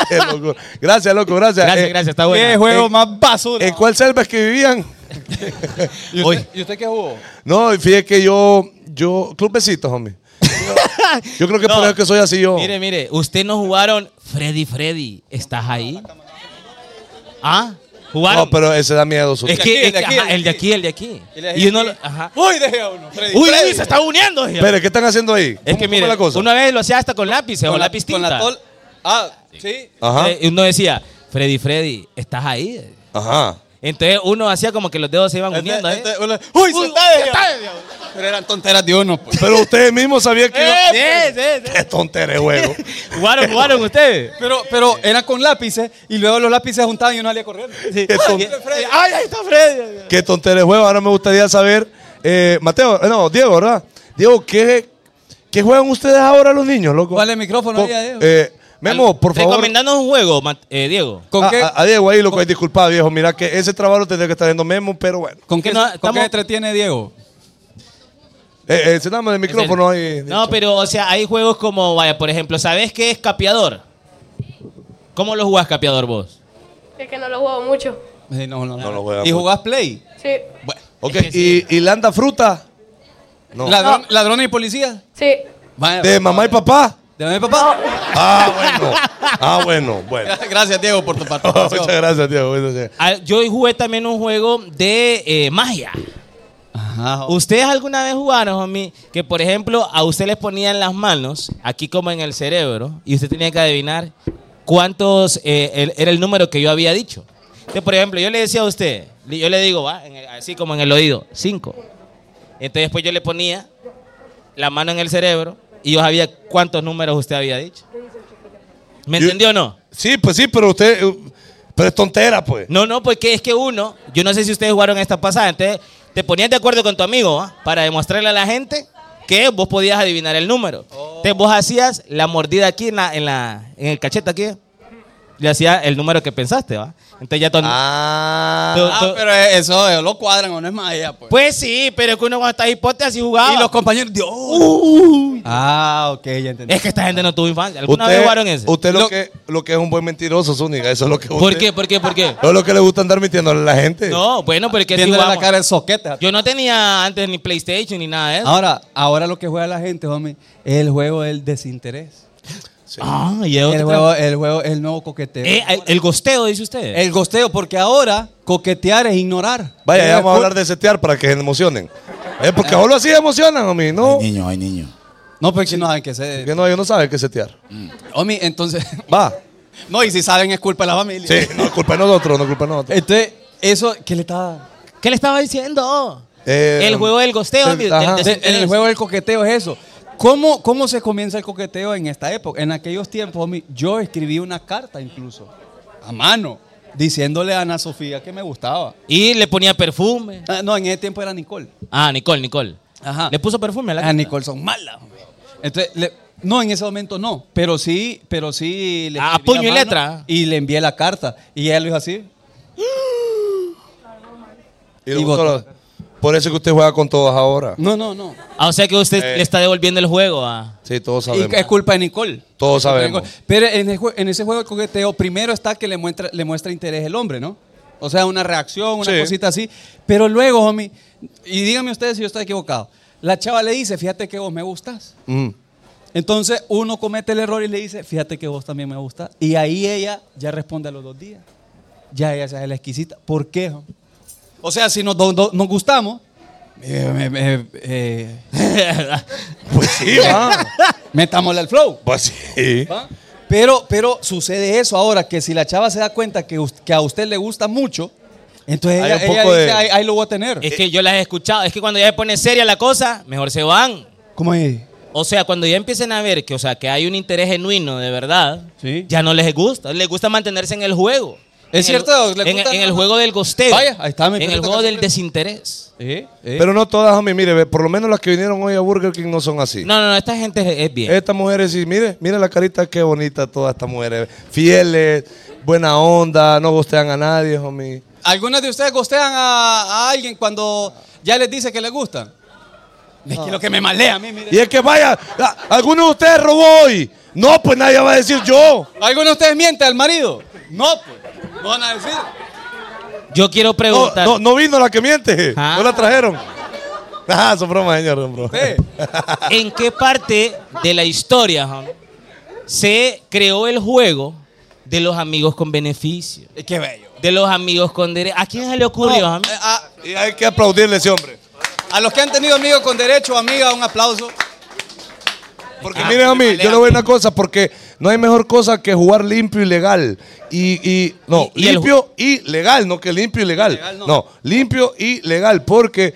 S3: Qué loco. Gracias, loco, gracias.
S4: Gracias,
S3: Eh,
S4: gracias, está
S2: ¿Qué
S4: bueno.
S2: juego más basura?
S3: ¿En cuál selva es que vivían?
S2: ¿Y,
S4: Oye.
S2: usted, y usted qué jugó?
S3: No, y fíjate que yo, yo, clubecitos, homie. Yo creo que
S4: No.
S3: por eso es que soy así yo.
S4: Mire, mire, usted no jugaron Freddy Freddy. ¿Estás ahí? ¿Ah? ¿Jugaron?
S3: no, pero ese da miedo. su-
S4: Es
S2: aquí,
S4: que,
S2: el de
S4: es que,
S2: aquí,
S4: ajá, el de aquí, el de aquí.
S2: Y le-
S4: Y uno lo- ajá.
S2: Uy, dejé a uno. Freddy.
S4: Uy,
S2: Freddy.
S4: uy, se está uniendo. oye.
S3: Espere, ¿qué están haciendo ahí?
S4: es
S3: ¿Cómo-
S4: que
S3: cómo
S4: mire,
S3: la cosa?
S4: una vez lo hacía hasta con lápices o lápiz
S2: con la
S4: tinta.
S2: tol- Ah, sí.
S3: Ajá,
S4: Eh, y uno decía, Freddy Freddy, ¿estás ahí?
S3: ajá.
S4: Entonces uno hacía como que los dedos se iban
S2: Este-
S4: uniendo. ¿eh?
S2: este- uy, uy, se
S4: Uy,
S2: está
S4: se está
S2: dejando. Pero eran tonteras de uno. Pues.
S3: Pero ustedes mismos sabían que
S4: Eh.
S3: yo...
S4: Sí, sí, sí.
S3: ¡Qué tontería, huevo!
S4: ¿Jugaron, jugaron ustedes?
S2: Pero, pero eran con lápices y luego los lápices juntaban y uno salía corriendo.
S3: ¡Qué, ton-
S4: ¡Ay, ahí está Freddy!
S3: qué tontería, huevo! Ahora me gustaría saber... eh, Mateo, eh, no, Diego, ¿verdad? Diego, ¿qué, ¿qué juegan ustedes ahora los niños, loco?
S2: ¿Cuál es el micrófono
S3: Con-
S2: ahí, Diego?
S3: eh, Memo, por favor.
S4: Recomendanos un juego, Mat- eh, Diego.
S2: ¿Con
S3: a,
S2: qué,
S3: a- a Diego ahí, loco, disculpa, viejo. Mira que ese trabajo lo tendría que estar viendo Memo, pero bueno.
S2: ¿con qué,
S4: No,
S2: con qué
S4: estamos-
S2: entretiene Diego?
S3: Eh, eh, cename el micrófono ahí.
S4: No, pero, o sea, hay juegos como, vaya, por ejemplo, ¿sabes qué es capeador? ¿Cómo lo jugás capeador vos?
S9: Es que no lo juego mucho.
S2: Sí, no, no,
S3: No lo juega
S2: ¿Y
S3: mucho.
S2: jugás Play?
S9: Sí,
S2: Bueno.
S3: Ok,
S4: Es que sí.
S3: ¿Y, ¿y Landa Fruta? No.
S2: ¿Ladrón- ¿Ladrones y policías?
S9: sí.
S2: Vaya,
S3: ¿De mamá y papá?
S2: ¿De mamá y papá?
S3: Ah, bueno. Ah, bueno, bueno.
S2: Gracias, Diego, por tu
S3: Muchas
S2: participación.
S3: gracias, Diego. Bueno, sí.
S4: Ah, Yo jugué también un juego de eh, magia.
S2: Ajá.
S4: ¿Ustedes alguna vez jugaron, homie, que por ejemplo a usted les ponían las manos, aquí como en el cerebro, y usted tenía que adivinar cuántos eh, el- era el número que yo había dicho? Entonces, por ejemplo, yo le decía a usted, li- yo le digo, va, en el- así como en el oído, cinco. Entonces después yo le ponía la mano en el cerebro y yo sabía cuántos números usted había dicho. ¿Me
S3: Yo-
S4: entendió o no?
S3: Sí, pues sí, pero usted. eh, Pero es tontera, pues.
S4: No, no, porque es que uno, yo no sé si ustedes jugaron esta pasada, entonces te ponías de acuerdo con tu amigo ¿va? para demostrarle a la gente que vos podías adivinar el número. Entonces vos hacías la mordida aquí en, la, en, la, en el cachete aquí, le hacías el número que pensaste, ¿va? Entonces ya tu am-
S3: Ah.
S4: tu-
S2: Ah,
S4: tu-
S2: pero eso eh, lo cuadran o no es magia, pues.
S4: Pues sí, pero es que uno cuando está hipótesis así jugaba.
S2: Y los compañeros, Dios. Ah, ok, ya entendí.
S4: es que esta gente no tuvo infancia. ¿Alguna
S3: Usted,
S4: vez jugaron ese?
S3: usted lo,
S2: Lo-
S3: que, lo que es un buen mentiroso, Zúñiga. Eso es lo que usted,
S4: ¿Por qué? ¿Por qué? ¿Por qué?
S3: No es lo que le gusta andar mintiéndole a la gente.
S4: No, bueno, porque si
S2: Viéndole la
S4: jugamos.
S2: cara de soquete.
S4: Yo no tenía antes ni PlayStation ni nada de eso.
S2: Ahora, ahora lo que juega la gente, homie, es el juego del desinterés.
S4: Ah, y es
S2: El
S4: otra-
S2: juego, el juego, el nuevo coqueteo.
S4: Eh, el, el gosteo, dice usted.
S2: El gosteo, porque ahora coquetear es ignorar.
S3: Vaya, ya
S2: Eh,
S3: vamos a
S2: cu-
S3: hablar de setear para que se emocionen. Eh, porque solo así emocionan, a mí, ¿no?
S6: Hay niños, hay niños.
S2: No, pero que no saben que se.
S3: Porque no, ellos no saben qué es setear.
S2: Homie, entonces.
S3: Va.
S2: No, y si saben es culpa de la familia.
S3: Sí, no es culpa de nosotros, no es culpa de nosotros.
S2: Entonces, eso que le está.
S4: ¿Qué le estaba diciendo?
S3: Eh,
S4: el juego del gosteo.
S3: del-
S4: amigo, del eh,
S3: ajá.
S2: de-
S4: desinterés.
S2: el juego del coqueteo es eso. ¿Cómo, ¿Cómo se comienza el coqueteo en esta época? En aquellos tiempos, homie, yo escribí una carta incluso, a mano, diciéndole a Ana Sofía que me gustaba.
S4: Y le ponía perfume.
S2: Ah, No, en ese tiempo era Nicole.
S4: Ah, Nicole, Nicole.
S2: Ajá. Ah,
S4: Le puso perfume a la
S2: A
S4: carta.
S2: Nicole son malas, homie. Entonces, le- no, en ese momento no, pero sí, pero sí. le
S4: A Ah,
S2: escribí
S4: puño y
S2: mano
S4: letra.
S2: Y le envié la carta. Y ella lo hizo así.
S3: Y, le
S2: Y
S3: gustó
S2: votó.
S3: la- Por eso es que usted juega con todos ahora.
S2: No, no, no.
S4: Ah, o sea que usted
S3: Eh.
S4: le está devolviendo el juego ah. a.
S3: Sí, todos
S2: Y
S3: sabemos.
S2: es culpa de Nicole.
S3: Todos
S2: Es culpa de
S3: sabemos.
S2: Nicole. Pero en, el jue- en ese juego de coqueteo, primero está que le muestra, le muestra interés el hombre, ¿no? O sea, una reacción, una
S3: Sí.
S2: cosita así. Pero luego, homie, y dígame ustedes si yo estoy equivocado. La chava le dice, fíjate que vos me gustas.
S3: Mm.
S2: Entonces uno comete el error y le dice, fíjate que vos también me gustas. Y ahí ella ya responde a los dos días. Ya ella se hace la exquisita. ¿Por qué? homie? O sea, si nos, do- do- nos gustamos, eh, me- me- eh,
S3: Pues sí, va.
S2: metámosle al flow.
S3: Pues sí.
S2: Pero, pero sucede eso ahora, que si la chava se da cuenta que, us- que a usted le gusta mucho, entonces
S3: Hay
S2: ella, Eh,
S3: un
S2: ella
S3: poco
S2: dice,
S3: de-
S2: ahí, ahí lo voy a tener.
S4: Es que yo las he escuchado. Es que cuando ya se pone seria la cosa, mejor se van.
S2: ¿Cómo es?
S4: O sea, cuando ya empiecen a ver que, o sea, que hay un interés genuino de verdad,
S2: Sí.
S4: ya no les gusta. Les gusta mantenerse en el juego.
S2: Es
S4: En el-
S2: cierto, les
S4: en,
S2: gusta-
S4: en el juego del gosteo.
S2: Vaya, ahí está mi
S4: En el
S2: perrito
S4: juego
S2: que
S4: del
S2: siempre- Eh,
S4: desinterés.
S3: Pero no todas, homie, mire, ve, por lo menos las que vinieron hoy a Burger King no son así.
S4: No, no, no, esta gente es- es bien.
S3: Estas mujeres, sí, mire, mire la carita, qué bonita todas estas mujeres. Fieles, buena onda, no gostean a nadie, homie.
S2: ¿Algunas de ustedes gostean a, a alguien cuando ya les dice que les gustan? Es que lo que me malea a mí, mire.
S3: Y es que vaya, a- alguno de ustedes robó hoy. No, pues nadie va a decir yo.
S2: ¿Alguno de ustedes miente al marido? No, pues. No van a decir.
S4: Yo quiero
S3: No,
S4: preguntar.
S3: no, no vino la que miente.
S4: Ah.
S3: No la trajeron. Ah, son bromas, señor, son bromas.
S2: Sí.
S4: ¿En qué parte de la historia Juan, se creó el juego de los amigos con beneficio?
S2: Eh, Qué bello.
S4: De los amigos con derecho. ¿A quién se le ocurrió?
S2: No,
S4: Juan?
S2: eh, a,
S3: Y hay que aplaudirle a ese hombre.
S2: a los que han tenido amigos con derecho, amiga, un aplauso. Ah,
S3: Porque miren
S2: pues,
S3: a mí, yo le voy a una cosa, porque no hay mejor cosa que jugar limpio y legal. Y, y- no,
S4: Y- y el
S3: limpio y legal, no que limpio y legal. no. limpio y legal, porque,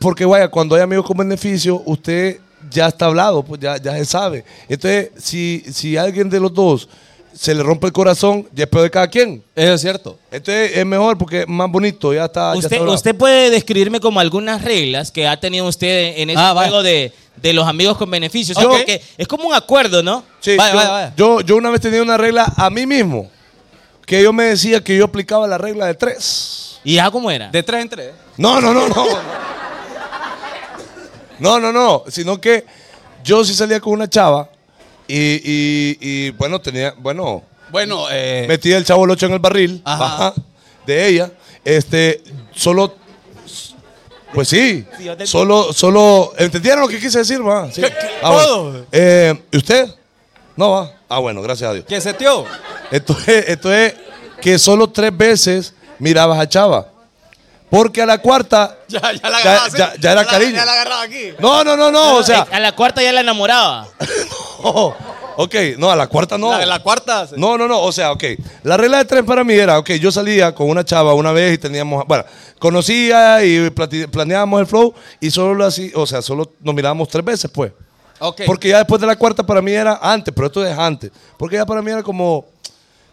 S3: porque vaya, cuando hay amigos con beneficio, usted ya está hablado, pues ya, ya se sabe. Entonces, si, si alguien de los dos se le rompe el corazón, ya es peor de cada quien.
S2: Eso es cierto.
S3: Entonces es mejor porque es más bonito, ya está. Ah, ya está
S4: Usted,
S3: hablado.
S4: usted puede describirme como algunas reglas que ha tenido usted en ese
S2: Ah, vaya.
S4: juego de, de los amigos con beneficio. O sea,
S3: Yo-
S4: porque es como un acuerdo, ¿no?
S3: Sí,
S2: Vaya,
S3: yo,
S2: vaya, vaya.
S3: Yo, yo una vez tenía una regla a mí mismo, que yo me decía que yo aplicaba la regla de tres.
S4: ¿Y ya cómo era?
S2: De tres en tres.
S3: No, no, no, no. No, no, no. Sino que yo sí salía con una chava y, y- y, bueno, tenía, bueno,
S2: Bueno, eh,
S3: metía el chavo el 8 en el barril
S2: Ajá.
S3: ajá, de ella. Este, solo. Pues sí. Solo, solo. ¿Entendieron lo que quise decir, va? Sí. Ah, bueno.
S2: Todo.
S3: Eh, ¿y ¿Usted? No va. Ah, bueno, gracias a Dios.
S2: que se tío.
S3: Esto es, esto es que solo tres veces mirabas a Chava. Porque a la cuarta ya,
S2: agarraba así.
S3: ya- ya era cariño. No, no, no, no. O sea,
S4: Eh, a la cuarta ya la enamoraba.
S3: oh, ok, no, a la cuarta no.
S2: La, la cuarta. se-
S3: No, no, no. O sea, ok. La regla de tres para mí era, ok, yo salía con una chava una vez y teníamos, bueno, conocía y plati- planeábamos el flow y solo así, o sea, solo nos mirábamos tres veces, pues.
S2: Ok.
S3: Porque ya después de la cuarta para mí era antes, pero esto es antes. Porque ya para mí era como.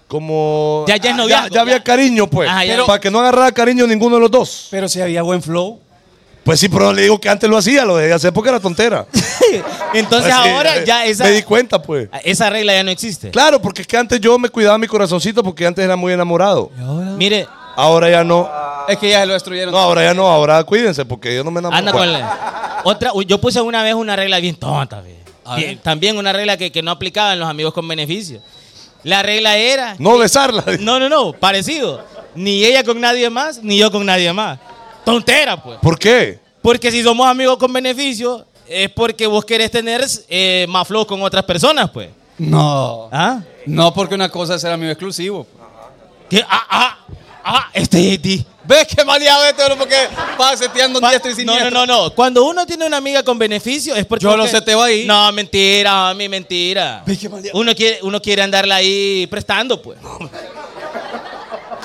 S3: Como.
S4: Ya- ya es
S3: Ah,
S4: noviazgo,
S3: Ya, había
S4: ya.
S3: cariño, pues.
S4: Ajá, ya.
S3: Pero- para que no agarrara cariño ninguno de los dos.
S2: Pero si había buen flow.
S3: Pues sí, pero le digo que antes lo hacía, lo dejé de hacer porque era tontera.
S4: Entonces
S3: Pues sí,
S4: ahora
S3: eh,
S4: ya esa,
S3: Me di cuenta, pues.
S4: esa regla ya no existe.
S3: Claro, porque es que antes yo me cuidaba mi corazoncito porque antes era muy enamorado.
S4: Mire,
S3: Ahora ya no.
S2: Es que ya se lo destruyeron.
S3: No, ahora ya no, ahora cuídense porque yo no me enamoro.
S4: anda con la- Otra, uy, yo puse una vez una regla bien tonta. ve.
S2: A
S4: Bien,
S2: ver.
S4: también una regla que, que no aplicaban los amigos con beneficio. La regla era...
S3: No besarla.
S4: No, no, no, parecido. Ni ella con nadie más, ni yo con nadie más. Tontera, pues.
S3: ¿Por qué?
S4: Porque si somos amigos con beneficio, es porque vos querés tener eh, más flow con otras personas, pues.
S2: No.
S4: ¿Ah?
S2: No, porque una cosa es ser amigo exclusivo.
S4: ¿Qué? Ah, ah, ah, este es ti.
S2: ¿Ves qué maleado este, bro? Porque va seteando un diestro y
S4: No,
S2: siniestro.
S4: no, no, no. Cuando uno tiene una amiga con beneficio es porque...
S2: Yo lo
S4: usted-
S2: seteo ahí.
S4: No, mentira, mami, mentira.
S2: Ve qué maleado.
S4: Uno quiere, uno quiere andarla ahí prestando, pues.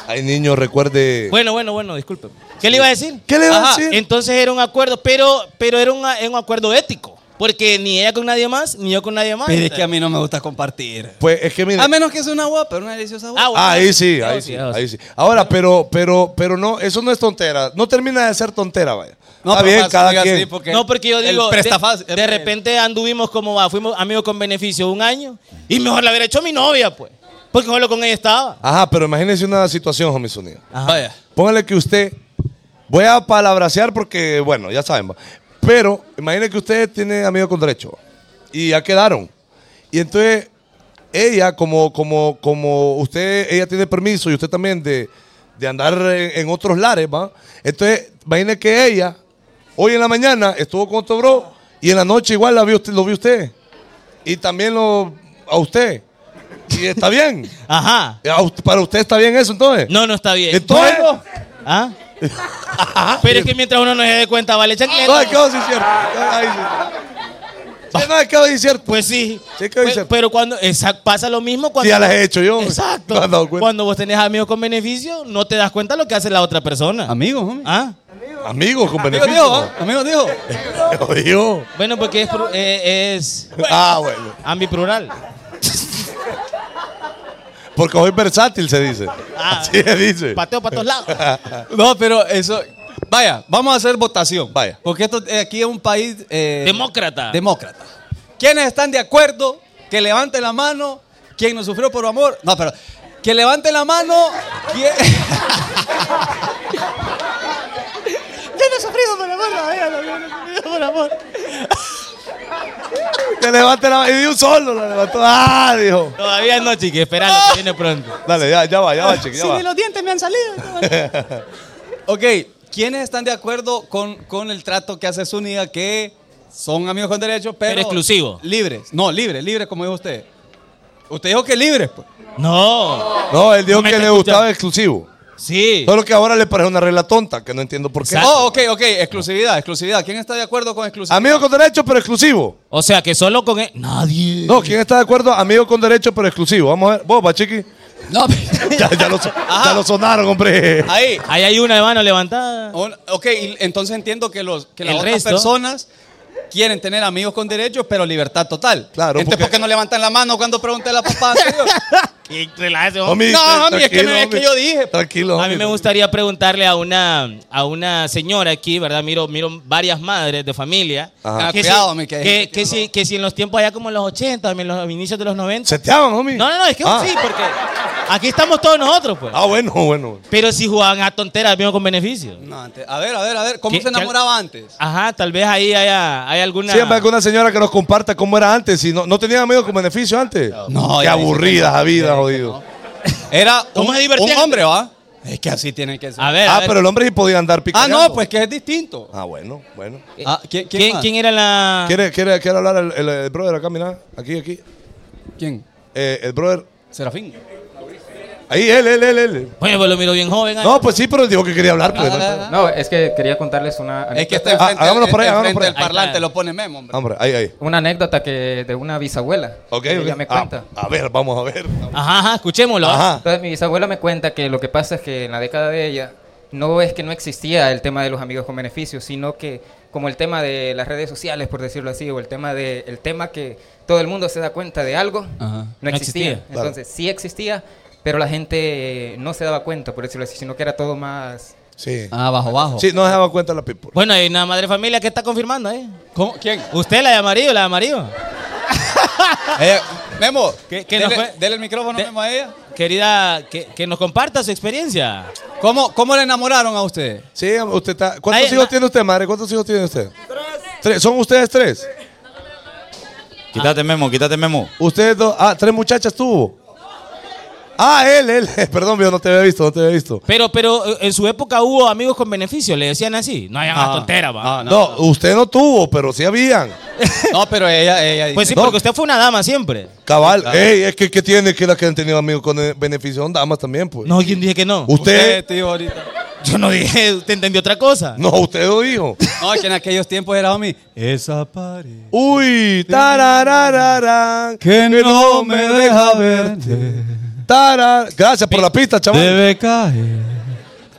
S3: Ay, niño, recuerde.
S4: Bueno, bueno, bueno, disculpe. ¿Qué le iba a decir?
S3: ¿Qué le iba a
S4: Ajá,
S3: decir?
S4: Entonces era un acuerdo, pero, pero era un, era un acuerdo ético. Porque ni ella con nadie más, ni yo con nadie más.
S2: Pero es que a mí no me gusta compartir.
S3: Pues es que mira.
S2: A menos que sea una guapa, una deliciosa guapa.
S4: Ah, bueno.
S3: ahí sí,
S4: Ah,
S3: ahí
S4: sí,
S3: sí,
S4: ah, sí.
S3: ahí sí. Ahora, pero, pero, pero no, eso no es tontera. No termina de ser tontera, vaya.
S2: No,
S3: Está
S2: pero
S3: bien,
S2: fácil,
S3: cada
S2: diga
S3: quien.
S2: así, porque
S4: no, porque yo
S2: el eh,
S4: digo, de,
S2: presta fácil.
S4: de repente anduvimos como va, fuimos amigos con beneficio un año y mejor la hubiera hecho mi novia, pues. Porque solo con ella estaba.
S3: Ajá, pero imagínese una situación, homie sonido.
S2: Vaya.
S3: Póngale que usted Voy a palabrasear porque, bueno, ya saben. va. Pero imaginen que ustedes tienen amigos con derecho y ya quedaron. Y entonces, ella, como, como, como usted, ella tiene permiso y usted también de, de andar en, en otros lares, ¿va? Entonces, imaginen que ella, hoy en la mañana, estuvo con otro bro y en la noche igual la vio usted, lo vio usted. Y también lo, a usted. Y está bien.
S4: Ajá.
S3: A usted- Para usted está bien eso entonces.
S4: No, no está bien.
S3: Entonces,
S4: ¿Ah? Pero es que mientras uno no se dé cuenta, vale chancleta.
S3: no, es que vos sí es cierto. Ahí sí. Sí, no, es que vos sí es cierto.
S4: Pues sí.
S3: Sí, ¿qué
S4: Pe-
S3: dice?
S4: Pero cuando exact- pasa lo mismo cuando.
S3: Sí, ya las he hecho yo.
S4: Exacto.
S3: Me han dado cuenta.
S4: Cuando vos tenés amigos con beneficio, no te das cuenta lo que hace la otra persona.
S2: Amigos, homie.
S4: ¿Ah?
S3: Amigos con
S2: Amigos,
S3: beneficio.
S2: dijo, ¿ah? amigos, dijo.
S3: ¿no? Te odio.
S4: Bueno, porque es, pru- eh, es
S3: Ah, bueno.
S4: ambiplural.
S3: Porque soy versátil, se dice.
S4: Ah.
S3: Así se dice.
S4: Pateo para todos lados.
S2: No, pero eso. Vaya, vamos a hacer votación.
S3: Vaya.
S2: Porque esto, eh, aquí es un país. eh,
S4: Demócrata.
S2: Demócrata. ¿Quiénes están de acuerdo? Que levanten la mano. ¿Quién nos sufrió por amor? No, pero. Que levanten la mano. ¿Quién ¿Quién ha sufrido por amor? No, ella no, yo no he sufrido por amor.
S3: Que levante la Y di un solo, la levantó. Ah, dijo.
S4: Todavía no, chiqui. Esperalo, que viene pronto.
S3: Dale, ya, ya va, ya va, chiqui, ya
S2: Sí,
S3: va.
S2: ni los dientes me han salido. ok, ¿quiénes están de acuerdo con, con el trato que hace Zúñiga que son amigos con derechos, pero,
S4: Pero exclusivo.
S2: Libres. No, libres, libres como dijo usted. Usted dijo que libres, pues.
S4: No.
S3: No, él dijo
S4: No me
S3: que
S4: está
S3: le gustaba exclusivo.
S4: Sí.
S3: Solo que ahora le parece una regla tonta, que no entiendo por qué. oh,
S4: Exacto.
S2: Oh, ok, ok, exclusividad, exclusividad. ¿Quién está de acuerdo con exclusividad?
S3: Amigos con derecho, pero exclusivo.
S4: O sea, que solo con él. Nadie.
S3: No, ¿quién está de acuerdo? Amigos con derecho, pero exclusivo. Vamos a ver. Vos, Pachiqui.
S2: No, Ah,
S3: Ya, ya, lo, so- ya lo sonaron, hombre.
S2: ahí.
S4: Ahí hay una de mano levantada.
S2: Un- Ok, y entonces entiendo que, los, que las
S4: El
S2: otras
S4: resto.
S2: personas quieren tener amigos con derechos, pero libertad total.
S3: Claro,
S2: Entonces, ¿por
S3: porque-
S2: qué no levantan la mano cuando pregunté a la papá anterior?
S4: ¿Quién relaja ese hombre?
S3: Homie,
S2: No,
S3: tra-
S2: homie, es que
S3: tranquilo,
S2: me- es que
S3: homie.
S2: yo dije.
S3: Tranquilo.
S4: pues, A mí
S3: homie.
S4: me gustaría preguntarle a una, a una señora aquí, ¿verdad? Miro, miro varias madres de familia.
S2: Ajá.
S4: Que,
S2: Cuidado,
S4: si,
S2: mi, que-
S4: que- que si, que si en los tiempos allá como en los 80, en los inicios de los 90.
S3: ¿Se te aman, homie?
S4: No, no, no, es que
S3: Ah.
S4: sí, porque aquí estamos todos nosotros, pues.
S3: Ah, bueno, bueno.
S4: Pero si jugaban a tonteras, mismo con beneficio.
S2: No, antes- A ver, a ver, a ver, ¿cómo
S4: ¿Qué-
S2: se enamoraba antes?
S4: Ajá, tal vez ahí haya, hay alguna...
S3: Siempre hay una señora que nos comparta cómo era antes. Si no, no tenía amigos con beneficio antes.
S2: No,
S3: Qué
S2: ya dice
S3: aburrida la vida, jodido.
S2: Era
S4: ¿Cómo
S2: un,
S4: se divertían?
S2: un hombre, ¿va? Es que así tiene que ser.
S4: A ver, a
S3: Ah,
S4: ver.
S3: pero el hombre sí podía andar picando.
S2: Ah, no, pues que es distinto.
S3: Ah, bueno, bueno.
S2: Ah, ¿quién, quién,
S4: ¿Quién,
S2: más?
S4: quién era
S2: Ah.
S4: la...?
S3: ¿Quiere, quiere, quiere hablar el, el- el brother acá, mira? Aquí, aquí.
S2: ¿Quién?
S3: Eh, el brother.
S2: Serafín.
S3: Ahí, él, él, él, él.
S4: Bueno, pues lo miro bien joven. ahí.
S3: No, pues sí, pero dijo que quería hablar. Pues,
S2: Ah,
S1: No, es que quería contarles una
S2: es
S1: anécdota,
S2: que está enfrente,
S3: Ah, hagámoslo por ahí,
S2: enfrente
S3: hagámoslo por ahí.
S2: del parlante, lo pone Memo, hombre.
S3: Hombre, ahí, ahí.
S1: una anécdota que de una bisabuela.
S3: Ok,
S1: Ella
S3: ok.
S1: me
S3: Ah,
S1: cuenta.
S3: a ver, vamos a ver.
S4: Ajá, ajá, escuchémoslo. ¿ah?
S3: Ajá.
S1: Entonces mi bisabuela me cuenta que lo que pasa es que en la década de ella no es que no existía el tema de los amigos con beneficios, sino que como el tema de las redes sociales, por decirlo así, o el tema de el tema que todo el mundo se da cuenta de algo,
S2: Ajá.
S1: no existía.
S4: existía,
S3: claro.
S1: Entonces sí existía, pero la gente eh, no se daba cuenta, por decirlo así, sino que era todo más
S3: Sí.
S2: Ah, bajo, bajo.
S3: Sí, no se daba cuenta la people.
S4: Bueno, hay una madre familia que está confirmando, ¿eh?
S2: ¿Cómo? ¿Quién?
S4: ¿Usted la de amarillo, la de amarillo?
S2: Eh, Memo,
S4: ¿Qué- qué
S2: dele,
S4: nos fue?
S2: dele el micrófono
S4: De-
S2: Memo a ella.
S4: Querida, que, que nos comparta su experiencia.
S2: ¿Cómo, ¿Cómo le enamoraron a usted?
S3: Sí, usted está. ¿Cuántos
S4: Ahí,
S3: hijos
S4: na-
S3: tiene usted, madre? ¿Cuántos hijos tiene usted? Tres. ¿Son ustedes tres?
S4: Ah.
S6: Quítate memo, quítate memo.
S3: Ustedes dos. Ah, tres muchachas tuvo. Ah, él, él. Perdón, yo no te había visto, no te había visto.
S4: Pero, pero eh, en su época hubo amigos con beneficio, le decían así. No hayan más tonteras, va.
S2: Ah,
S3: No, usted no tuvo, pero sí habían.
S2: No, pero ella, ella
S4: Pues sí,
S2: dice-
S4: porque usted fue una dama siempre.
S3: Cabal. Ey, es que ¿qué tiene que las que han tenido amigos con eh, beneficio son damas también, pues.
S4: No, ¿quién dije que no?
S3: Usted.
S2: tío, ahorita.
S4: Yo no dije, usted entendió otra cosa.
S3: No, usted lo dijo.
S2: No, es que en aquellos tiempos era homie. Esa pared.
S3: Uy, tararararán,
S2: Que no me deja verte.
S3: tarar- Gracias por la pista, chaval.
S2: Debe caer.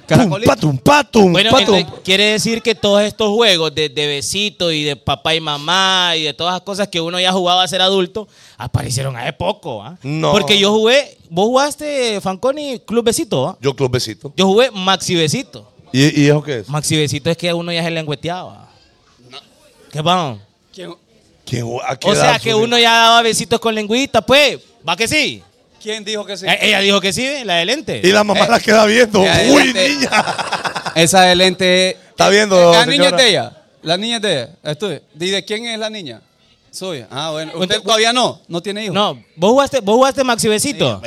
S3: Pum,
S2: Caracolito.
S3: patum, patum,
S4: Bueno,
S3: patum.
S4: entonces, quiere decir que todos estos juegos de, de besito y de papá y mamá y de todas las cosas que uno ya jugaba a ser adulto aparecieron hace poco. ¿ah?
S3: No.
S4: Porque yo jugué, vos jugaste Fanconi Club Besito, ¿ah?
S3: Yo club besito.
S4: yo jugué Maxi Besito.
S3: ¿Y, y eso qué es?
S4: Maxi Besito es que uno ya se lengüeteaba. ¿Qué vamos?
S3: ¿Quién jugó- a qué
S4: O
S3: edad
S4: sea que
S3: subió?
S4: uno ya daba besitos con lengüita, pues. ¿Va que sí? E-,
S2: ¿Quién dijo que sí?
S4: Eh, Ella dijo que sí, la de lente.
S3: Y la mamá la queda viendo.
S2: Eh,
S3: Uy,
S2: adelante.
S3: niña.
S2: Esa es el ente.
S3: Está viendo,
S2: La niña es
S3: señora.
S2: de ella. La niña es de ella. Es tuya. ¿Y de quién es la niña? Suya. Ah, bueno. Usted todavía no. No tiene hijos.
S4: No, vos jugaste, vos jugaste Maxi Besito.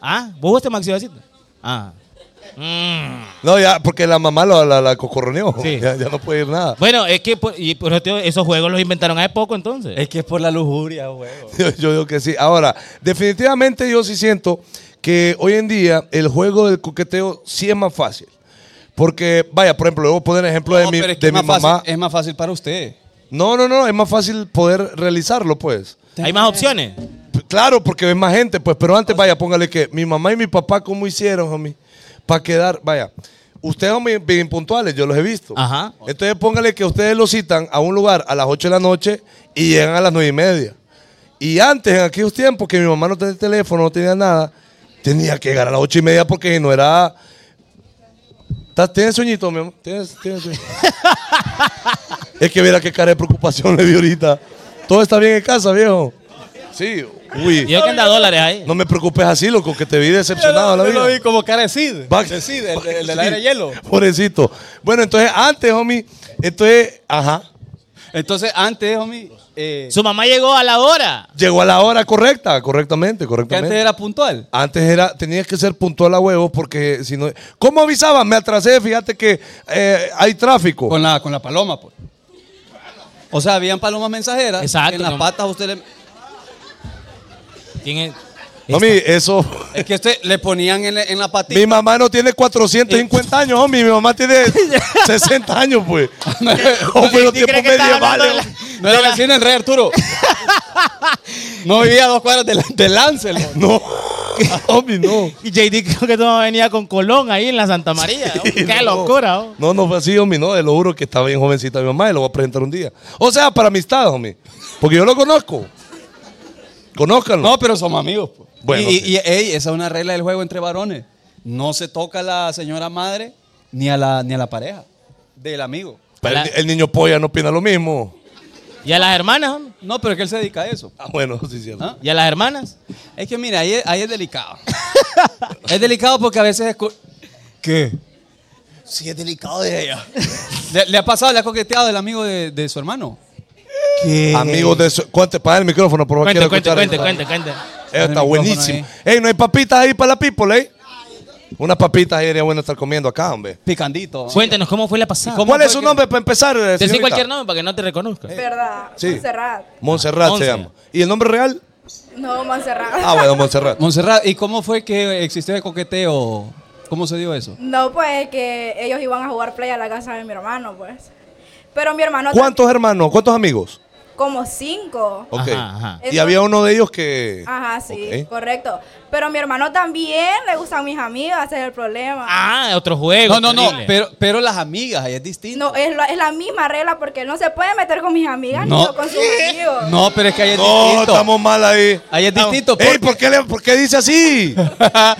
S4: Ah, vos jugaste Maxi Besito. Ah.
S3: No, ya, porque la mamá lo- la, la cocorroneó.
S4: Sí.
S3: Ya, ya no puede ir nada.
S4: Bueno, es que por- y por eso te digo, esos juegos los inventaron hace poco entonces.
S2: Es que es por la lujuria, güey.
S3: Yo, yo digo que sí. Ahora, definitivamente yo sí siento que hoy en día el juego del coqueteo sí es más fácil. Porque, vaya, por ejemplo, le voy a poner ejemplo de
S2: No,
S3: Pues mi,
S2: pero es que
S3: de
S2: es
S3: mi
S2: más fácil- eh.
S3: mamá.
S2: es más fácil para usted.
S3: No, no, no, es más fácil poder realizarlo, pues.
S4: Hay más opciones.
S3: P- Claro, porque ves más gente, pues, pero antes, vaya, póngale que mi mamá y mi papá, ¿cómo hicieron, homie? Para quedar, vaya, ustedes son bien, bien puntuales, yo los he visto.
S4: Ajá.
S3: Entonces, póngale que ustedes lo citan a un lugar a las 8 de la noche y llegan a las 9 y media. Y antes, en aquellos tiempos que mi mamá no tenía teléfono, no tenía nada, tenía que llegar a las 8 y media porque si no era. ¿Estás- ¿Tienes sueñito, mi amor? ¿Tienes, tienes sueño? es que mira qué cara de preocupación le di ahorita. Todo está bien en casa, viejo. Sí, uy.
S4: Yo que anda dólares ahí.
S3: No me preocupes así, loco, que te vi decepcionado la vida.
S2: como cara de Sid.
S3: Va- Sí, Pobrecito. Bueno, entonces antes, homie, entonces, ajá,
S2: Entonces, antes, homie, eh,
S4: Su mamá llegó a la hora.
S3: llegó a la hora correcta, correctamente,
S2: que antes
S3: correctamente.
S2: era puntual.
S3: Antes era, tenías que ser puntual a huevo porque si no. ¿Cómo avisaban? Me atrasé, fíjate que eh, hay tráfico.
S2: Con la, con la paloma, pues. O sea, habían palomas mensajeras.
S4: Exacto,
S2: que En las
S4: no.
S2: patas usted le...
S4: ¿Quién es?
S3: Homie, eso.
S2: Es que usted le ponían en, la- en la patita.
S3: Mi mamá no tiene 450 años, homie. Mi mamá tiene 60 años, pues. Hombre, los
S4: ¿Y cree
S3: tiempos
S4: que estaba hablando
S3: medievales.
S4: de la-
S3: homie.
S2: No era vecino en Rey Arturo. no vivía a dos cuadras del pues. de Lancel.
S3: No, homie, no.
S4: Y JD creo que no venía con Colón ahí en la Santa María. oh. Qué
S3: no.
S4: locura. oh.
S3: No, no fue así, homie, no, te lo juro que estaba bien jovencita mi mamá y lo voy a presentar un día. O sea, para amistad, homie. Porque yo lo conozco. Conózcanlo.
S2: No, pero somos amigos. pues.
S3: Bueno,
S2: y,
S3: sí.
S2: y- y, ey, esa es una regla del juego entre varones. No se toca a la señora madre ni a la, ni a la pareja del amigo.
S3: Pero el, el niño polla no opina lo mismo.
S4: ¿Y a las hermanas? hombre?
S2: No, pero es que él se dedica a eso.
S3: Ah, bueno, sí, cierto.
S2: ¿Ah?
S4: ¿Y a las hermanas?
S2: Es que mira, ahí es, ahí es delicado. es delicado porque a veces... escu- ¿Qué?
S5: Sí, es delicado de ella.
S2: ¿Le, le ha pasado, le ha coqueteado el amigo de, de su hermano?
S3: Amigos de su. Cuente, para el micrófono, por favor.
S4: Cuente,
S3: quiero
S4: cuente,
S3: escuchar
S4: cuente, cuente,
S3: eso.
S4: cuente.
S3: Eh,
S2: Pon
S3: está
S2: el
S3: buenísimo.
S2: micrófono
S3: Ey, no hay papitas ahí para la people, ¿eh? Unas papitas ahí sería bueno estar comiendo acá, hombre.
S2: Picandito.
S4: Cuéntenos cómo fue Eh. la pasada.
S2: ¿Cómo
S3: ¿Cuál
S2: fue
S3: es su
S2: que-
S3: nombre para empezar? eh,
S4: Decir
S3: señorita?
S4: cualquier nombre para que no te reconozca.
S9: ¿Verdad?
S3: Sí.
S9: Montserrat.
S3: Montserrat se
S4: Monse.
S3: llama. ¿Y el nombre real?
S9: No, Montserrat.
S3: Ah, bueno, Montserrat.
S2: Montserrat, ¿y cómo fue que existió el coqueteo? ¿Cómo se dio eso?
S9: No, pues que ellos iban a jugar play a la casa de mi hermano, pues. Pero mi hermano...
S3: ¿Cuántos hermanos? ¿Cuántos amigos?
S9: también- Como cinco.
S3: Ok.
S4: Ajá, ajá.
S3: Y había uno de ellos que.
S9: Ajá, sí,
S3: Ok.
S9: correcto. Pero mi hermano también le gustan mis amigas, ese es el problema.
S4: Ah, otro juego.
S2: No, no, no,
S4: terrible.
S2: pero, pero las amigas, ahí es distinto.
S9: No, es la, es la misma regla porque él no se puede meter con mis amigas ni yo con sus amigos.
S2: No, pero es que ahí es
S3: No,
S2: distinto.
S3: estamos mal ahí.
S2: Ahí es
S3: Estamos-
S2: distinto,
S3: Ey,
S2: porque-
S3: ¿por qué, le- por qué dice así?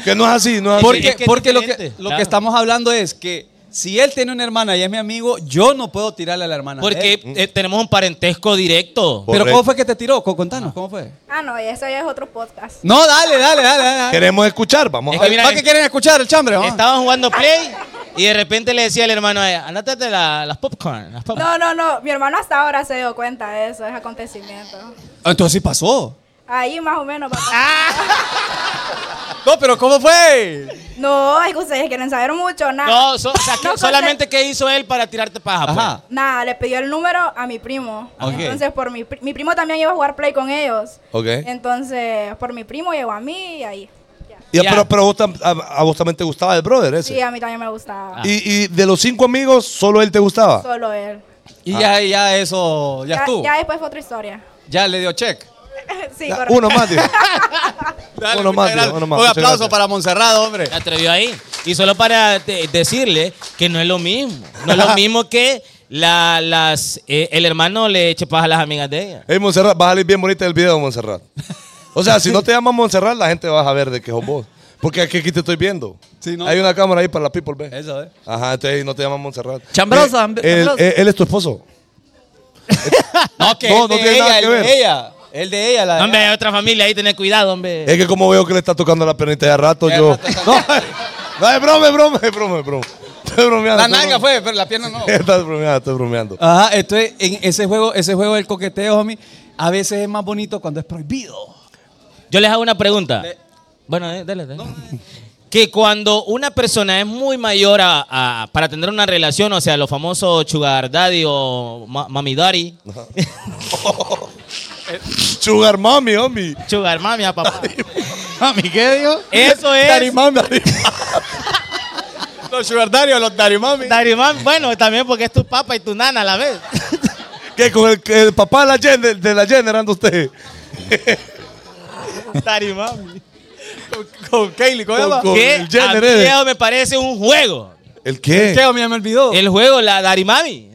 S3: que no es así, no es así.
S2: Porque,
S4: es que es
S2: porque lo, que,
S4: diferente,
S2: lo
S4: claro.
S2: que estamos hablando es que si él tiene una hermana y es mi amigo, yo no puedo tirarle a la hermana. de
S4: Porque
S2: él.
S4: eh, tenemos un parentesco directo.
S2: Pero
S3: Correcto.
S2: ¿cómo fue que te tiró? Co- Contanos, ¿cómo fue?
S9: Ah, no, eso ya es otro podcast.
S2: No, dale, dale, dale. dale.
S3: Queremos escuchar, vamos
S4: Es
S3: a
S4: que
S3: ver.
S4: mira,
S2: ¿Para qué quieren escuchar el chambre? vamos?
S4: Estaban jugando play y de repente le decía al hermano, eh, andate de la- las popcorn. Las popcorn.
S9: No, no, no, mi hermano hasta ahora se dio cuenta de eso, es acontecimiento.
S2: Ah, Entonces sí pasó.
S9: Ahí más o menos. papá.
S2: Ah. No, pero ¿cómo fue?
S9: No, es que ustedes quieren saber mucho, nada.
S4: No, so- o sea, que
S9: No,
S4: solamente qué hizo él para tirarte paja. pues?
S2: Ajá.
S9: Nada, le pidió el número a mi primo.
S2: Ok.
S9: Entonces, por mi, pri- mi primo también iba a jugar play con ellos.
S3: Ok.
S9: Entonces, por mi primo llegó a mí y ahí. ya.
S3: Ya,
S4: Ya.
S3: Pero, pero vos tam- a, a vos también te gustaba el brother ese.
S9: Sí, a mí también me
S2: Ah.
S9: gustaba.
S3: y, y de los cinco amigos, solo él te gustaba.
S9: Solo él.
S2: Y ya, ya eso, ya, estuvo.
S9: ya
S2: Ya,
S9: después fue otra historia.
S2: le dio check.
S9: sí,
S3: Ya,
S9: correcto.
S3: uno más, dijo.
S2: Dale,
S3: Uno
S2: muchas
S3: más,
S2: gracias.
S3: uno más,
S2: Un
S3: muchas
S2: aplauso
S3: gracias.
S2: para Monserrat, hombre.
S4: Se atrevió ahí. Y solo para te- decirle que no es lo mismo. No es lo mismo que la- las, eh, el hermano le eche paja a las amigas de ella.
S3: Ey, Montserrat, vas a salir bien bonita el video, Montserrat. O sea, si no te llamas Montserrat, la gente va a ver de qué sos vos. Porque aquí, aquí te estoy viendo.
S2: Sí, ¿no?
S3: Hay una cámara ahí para la people, ve.
S2: Eso, ¿eh?
S3: Ajá, entonces no te llamas Montserrat.
S2: Chambrosa,
S3: Eh, él,
S2: chambrosa.
S3: él- él es tu esposo.
S2: No, que
S3: No,
S2: el
S3: no
S2: de
S3: tiene nada
S2: ella,
S3: que
S2: el
S3: ver.
S2: de ella. El de ella, la de-
S4: Hombre, hay otra familia ahí, tened cuidado, hombre.
S3: Es que como veo que le está tocando la pernita de a rato,
S2: Ya
S3: yo.
S2: rato está-
S3: No, no, es broma, es broma, es broma, es broma. Estoy bromeando.
S10: La
S3: estoy
S10: nalga
S3: bromeando.
S10: fue, pero la pierna no.
S3: Estás bromeando, estás bromeando.
S2: Ajá, entonces en ese juego, ese juego del coqueteo, homie, a veces es más bonito cuando es prohibido.
S4: Yo les hago una pregunta. Bueno, eh, dale, dale. Que cuando una persona es muy mayor a- a- para tener una relación, o sea, los famosos sugar daddy o ma- mami daddy,
S3: Sugar mami, homie.
S4: sugar mami a papá. Ah,
S6: Mami, ¿qué dijo?
S4: Eso
S3: Daddy
S4: es.
S3: mami, daddy
S10: Los sugar daddy o los daddy mami.
S4: Daddy mami. Bueno, también porque es tu papá y tu nana a la vez.
S3: ¿Qué? Con el, el papá de la Jenner, de la Jenner anda usted.
S4: daddy mami.
S10: Con eh. Kaylee, ¿cómo se
S3: Con-
S10: llama?
S3: con-
S4: Que
S3: el Jenner
S4: a
S3: eres.
S4: mí eso me parece un juego.
S3: ¿El qué?
S10: ¿Qué, homie? Ya me olvidó.
S4: El juego, la daddy mami.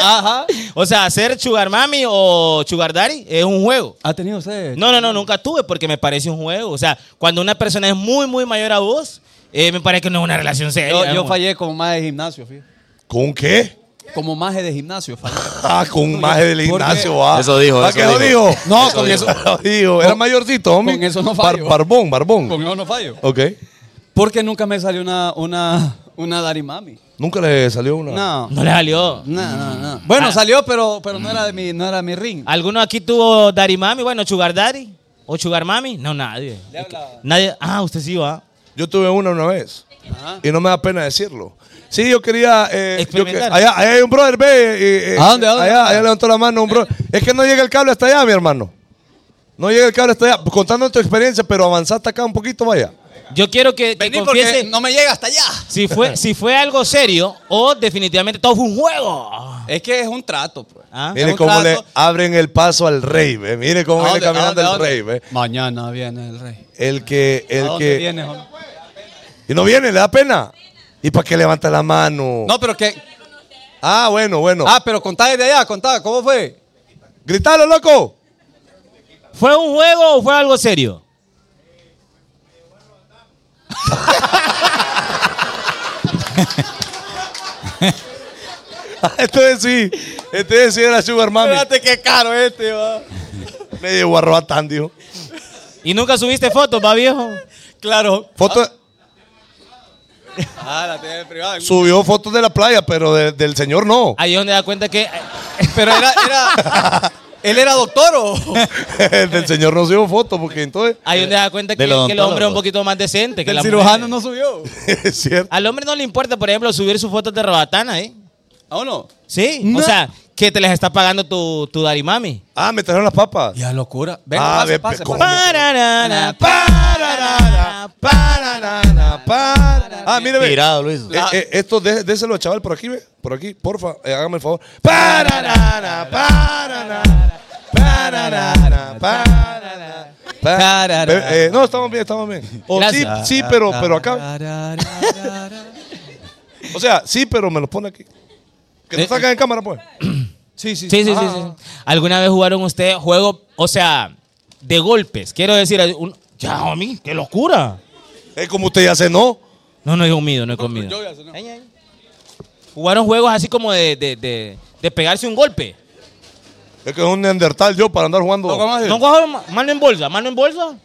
S10: Ajá.
S4: O sea, hacer sugar mami o sugar daddy es un juego.
S2: ¿Ha tenido usted?
S4: No, no, no, nunca tuve porque me parece un juego. O sea, cuando una persona es muy, muy mayor a vos, eh, me parece que no es una relación seria.
S2: Yo, yo
S4: digamos.
S2: fallé como maje de gimnasio, fíjate.
S3: ¿Con qué?
S2: Como maje de gimnasio, fallé.
S3: Ah, con un maje del
S2: Porque-
S3: gimnasio, va.
S6: Eso dijo,
S3: ¿Ah,
S6: eso
S3: qué lo
S6: dijo.
S3: dijo?
S2: No, con eso-
S3: Lo dijo. Era
S2: con-
S3: mayorcito, homie.
S2: con eso no
S3: Bar-
S2: fallo.
S3: barbón, barbón.
S2: Con eso no fallo.
S3: Ok.
S2: Porque nunca me salió una, una, una daddy mami.
S3: Nunca le salió una.
S2: No. No,
S4: No le salió.
S2: no, no. Bueno,
S4: Ah.
S2: salió, pero, pero no era de mi, no era mi ring.
S4: ¿Alguno aquí tuvo daddy mami? Bueno, sugar daddy o sugar mami. No, nadie. Nadie. Ah, usted sí va.
S3: Yo tuve una una vez. Y no me da pena decirlo. Sí, yo quería. eh, yo que-
S4: Experimentar.
S3: allá, allá hay un brother, ve. eh, eh,
S2: ¿A dónde, Eh. a dónde?
S3: Allá, allá levantó la mano un brother. Es que no llega el cable hasta allá, mi hermano. No llega el cable hasta allá. Contando tu experiencia, pero avanzaste acá un poquito, vaya.
S4: Yo quiero que, que
S10: Vení porque
S4: confiese
S10: no me llega hasta allá.
S4: si, fue, si fue algo serio o definitivamente todo fue un juego.
S2: Es que es un trato, pues.
S4: Ah.
S3: Mire
S2: un
S3: cómo le
S2: trato.
S3: abren el paso al rey, ve. Mire cómo
S2: ¿A
S3: viene
S2: dónde, a
S3: caminando
S2: dónde, a
S3: el
S2: dónde?
S3: rey, ve.
S2: Mañana viene el rey.
S3: El que.
S2: ¿A
S3: El
S2: dónde
S3: que
S2: viene, homie?
S3: Y no viene, le da pena. ¿Y para qué levanta la mano?
S2: No, pero que.
S3: Ah, bueno, bueno.
S2: Ah, pero contá desde allá, contá, ¿cómo fue?
S3: ¡Gritalo, loco!
S4: ¿Fue un juego o fue algo serio?
S3: Entonces sí, entonces sí era Sugar Mami.
S10: Fíjate qué caro este, va.
S3: Me llevó a robar tan, dijo.
S4: ¿Y nunca subiste fotos, va viejo?
S10: Claro.
S3: Foto,
S10: Ah, la tiene privada.
S3: Subió fotos de la playa, pero de- del señor no.
S4: Ahí es donde da cuenta que...
S10: Pero era, era. ¿Él era doctor o.?
S2: Ah.
S3: del señor no subió fotos, porque entonces.
S4: Ahí es donde da cuenta que,
S6: Del
S4: que el hombre es un
S6: odontólogo.
S4: poquito más decente que
S10: El
S4: la
S10: cirujano
S4: mujer.
S10: no subió.
S3: es cierto.
S4: Al hombre no le importa, por ejemplo, subir sus fotos de rabatana, ¿eh?
S2: ¿A uno?
S4: Sí. O sea, que te las está pagando tu, tu darimami.
S3: Ah, me trajeron las papas.
S2: Ya, locura. Venga,
S3: Ah,
S2: pase,
S3: ve,
S2: pase,
S3: pe-
S2: pase.
S3: ¿cómo?
S4: Pararara, pararara,
S3: Pararara, pararara, pararara. Ah, mire, ve.
S6: Tirado, Luis.
S3: Eh, eh, esto, dé- déselo, chaval, por aquí, ve. Por aquí, porfa, eh, hágame el favor. Pararara, pararara, pararara, pararara, pararara. Ve, eh, no, estamos bien, estamos bien. O sí,
S4: Gracias.
S3: sí, pero, pero acá. O sea, sí, pero me lo pone aquí. Que no salgan en cámara, pues.
S2: Sí, sí,
S4: Sí, sí, sí,
S2: Ah.
S4: sí. ¿Alguna vez jugaron ustedes juego, o sea, de golpes? Quiero decir, un- ya, homie, qué locura.
S3: Es como usted ya cenó.
S4: No, no he comido, no he comido. Ay, ay. Jugaron juegos así como de, de, de, de pegarse un golpe.
S3: Es que es un neandertal yo para andar jugando.
S4: ¿No jugaron ma- mano en bolsa? ¿Mano en bolsa?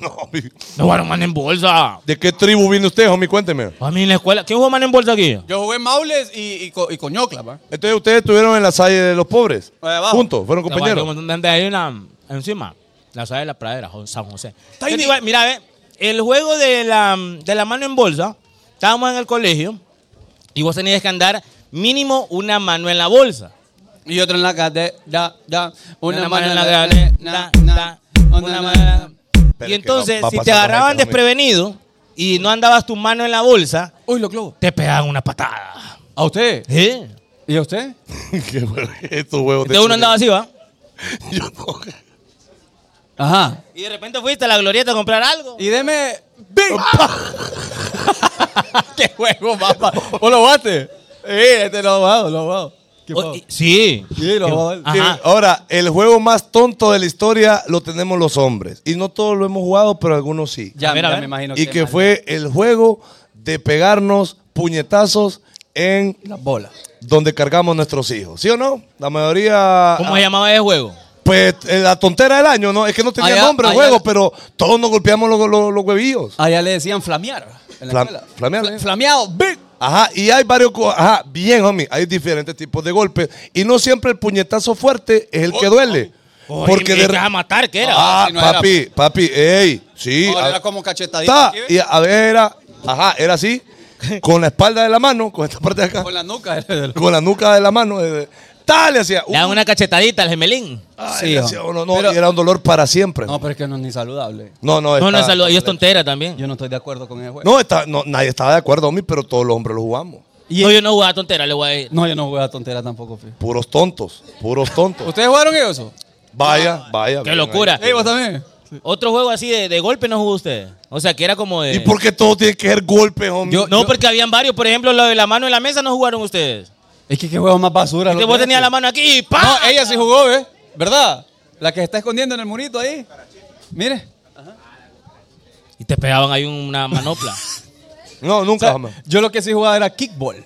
S3: No, mi-
S4: No jugaron mano en bolsa.
S3: ¿De qué tribu viene usted, homie? Cuénteme.
S4: A mí en la escuela. ¿Quién jugó mano en bolsa aquí?
S10: Yo jugué en Maules y, y, co- y con Ñocla, va.
S3: Entonces ustedes estuvieron en la salle de los pobres.
S10: Eh, abajo.
S3: Juntos, fueron
S4: Compañero.
S3: compañeros.
S4: Hay una encima. La sabe de la pradera, Jo- San José.
S10: Está ahí
S4: Yo te
S10: ni-
S4: iba- mira, ve, el juego de la, de la mano en bolsa, estábamos en el colegio y vos tenías que andar mínimo una mano en la bolsa.
S2: Y otro en la cadera, da, da. Una, mano en la
S4: cadera,
S2: cadera,
S4: da,
S2: na,
S4: da,
S2: na,
S4: una
S2: na,
S4: mano en la-
S2: na.
S3: Pero
S4: Y
S3: es que va-
S4: entonces,
S3: va
S4: si te
S3: pasando
S4: agarraban
S3: gente, homie.
S4: desprevenido y no andabas tu mano en la bolsa,
S2: Uy, lo clavo.
S4: te pegaban una patada.
S2: ¿A usted?
S4: ¿Eh?
S2: ¿Y a usted?
S3: Qué hue- Estos huevos
S4: Entonces uno andaba así, ¿va?
S3: Yo no.
S2: Ajá.
S4: Y de repente fuiste a la glorieta a comprar algo.
S2: Y deme.
S10: ¡Qué
S2: este
S10: juego, papá! ¿Vos lo jugaste? Sí, este lo he jugado, lo he jugado.
S2: ¿Qué
S4: Oh, y- sí.
S2: Sí, lo va a dar.
S3: Sí,
S4: Ajá.
S3: Ahora, el juego más tonto de la historia lo tenemos los hombres. Y no todos lo hemos jugado, pero algunos sí.
S2: Ya,
S4: A ver, a
S2: ya
S4: ver.
S2: me imagino
S3: y que
S2: mal.
S3: fue el juego de pegarnos puñetazos en
S2: Las bolas.
S3: donde cargamos nuestros hijos. ¿Sí o no? La mayoría. ah,
S4: ¿Cómo se llamaba ese juego?
S3: Pues eh, la tontera del año, ¿no? Es que no tenía
S2: Allá-
S3: nombre el
S2: allá-
S3: juego, pero todos nos golpeamos los, los, los huevillos.
S2: Allá le decían flamear. En la
S3: Flam-
S2: escuela.
S3: flamear, ¿eh?
S2: Flameado. ¡Big!
S3: Ajá, y hay varios. co- Ajá, bien, homie. Hay diferentes tipos de golpes. Y no siempre el puñetazo fuerte es el que duele.
S4: Porque
S3: porque de.
S4: te vas a matar, ¿qué era?
S3: Ah,
S1: Si no era-
S3: papi, papi, ey. Sí.
S1: Ahora
S3: a-
S1: era como cachetadita.
S3: Ta,
S1: aquí,
S3: y a ver, era. Ajá, era así. Con la espalda de la mano, con esta parte de acá.
S1: Con la nuca. Sí,
S3: Con la nuca de la mano. eh, ta, le hacía.
S4: Le dan una cachetadita al gemelín.
S3: Ay, le
S1: jo.
S4: oh.
S3: hacía uno, no,
S1: Pero-
S3: y era un dolor para siempre.
S1: No, pero es que no es ni saludable.
S3: No, no,
S4: No, no,
S3: está-
S4: saludos. Y es tontera también.
S1: Yo no estoy de acuerdo con ese juego.
S3: No, está- no, nadie estaba de acuerdo, homie, pero todos los hombres lo jugamos.
S4: No, yo no jugaba tontera, le voy a ir.
S1: No, yo no voy a tontera tampoco, fíjate.
S3: Puros tontos, puros tontos.
S2: ¿Ustedes jugaron eso?
S3: Vaya, vaya.
S4: Qué
S3: bien
S4: locura.
S2: Ey, vos también.
S4: Otro juego así de, de golpe no jugó usted. O sea, que era como de.
S3: ahí. ¿Y por qué todo tiene que ser golpes, homie?
S4: no, porque habían varios. Por ejemplo, lo de la mano en la mesa no jugaron ustedes.
S1: Es que qué juego más basura.
S4: Que
S1: lo
S4: vos
S1: que
S4: tenías
S1: hace.
S4: la mano aquí y ¡pa!
S2: No, ella sí jugó, ¿ve? ¿Verdad? La que se está escondiendo en el murito ahí. Mire.
S4: Y te pegaban ahí una manopla.
S3: No,
S2: O sea,
S3: nunca, jamás.
S2: yo lo que sí jugaba era kickball.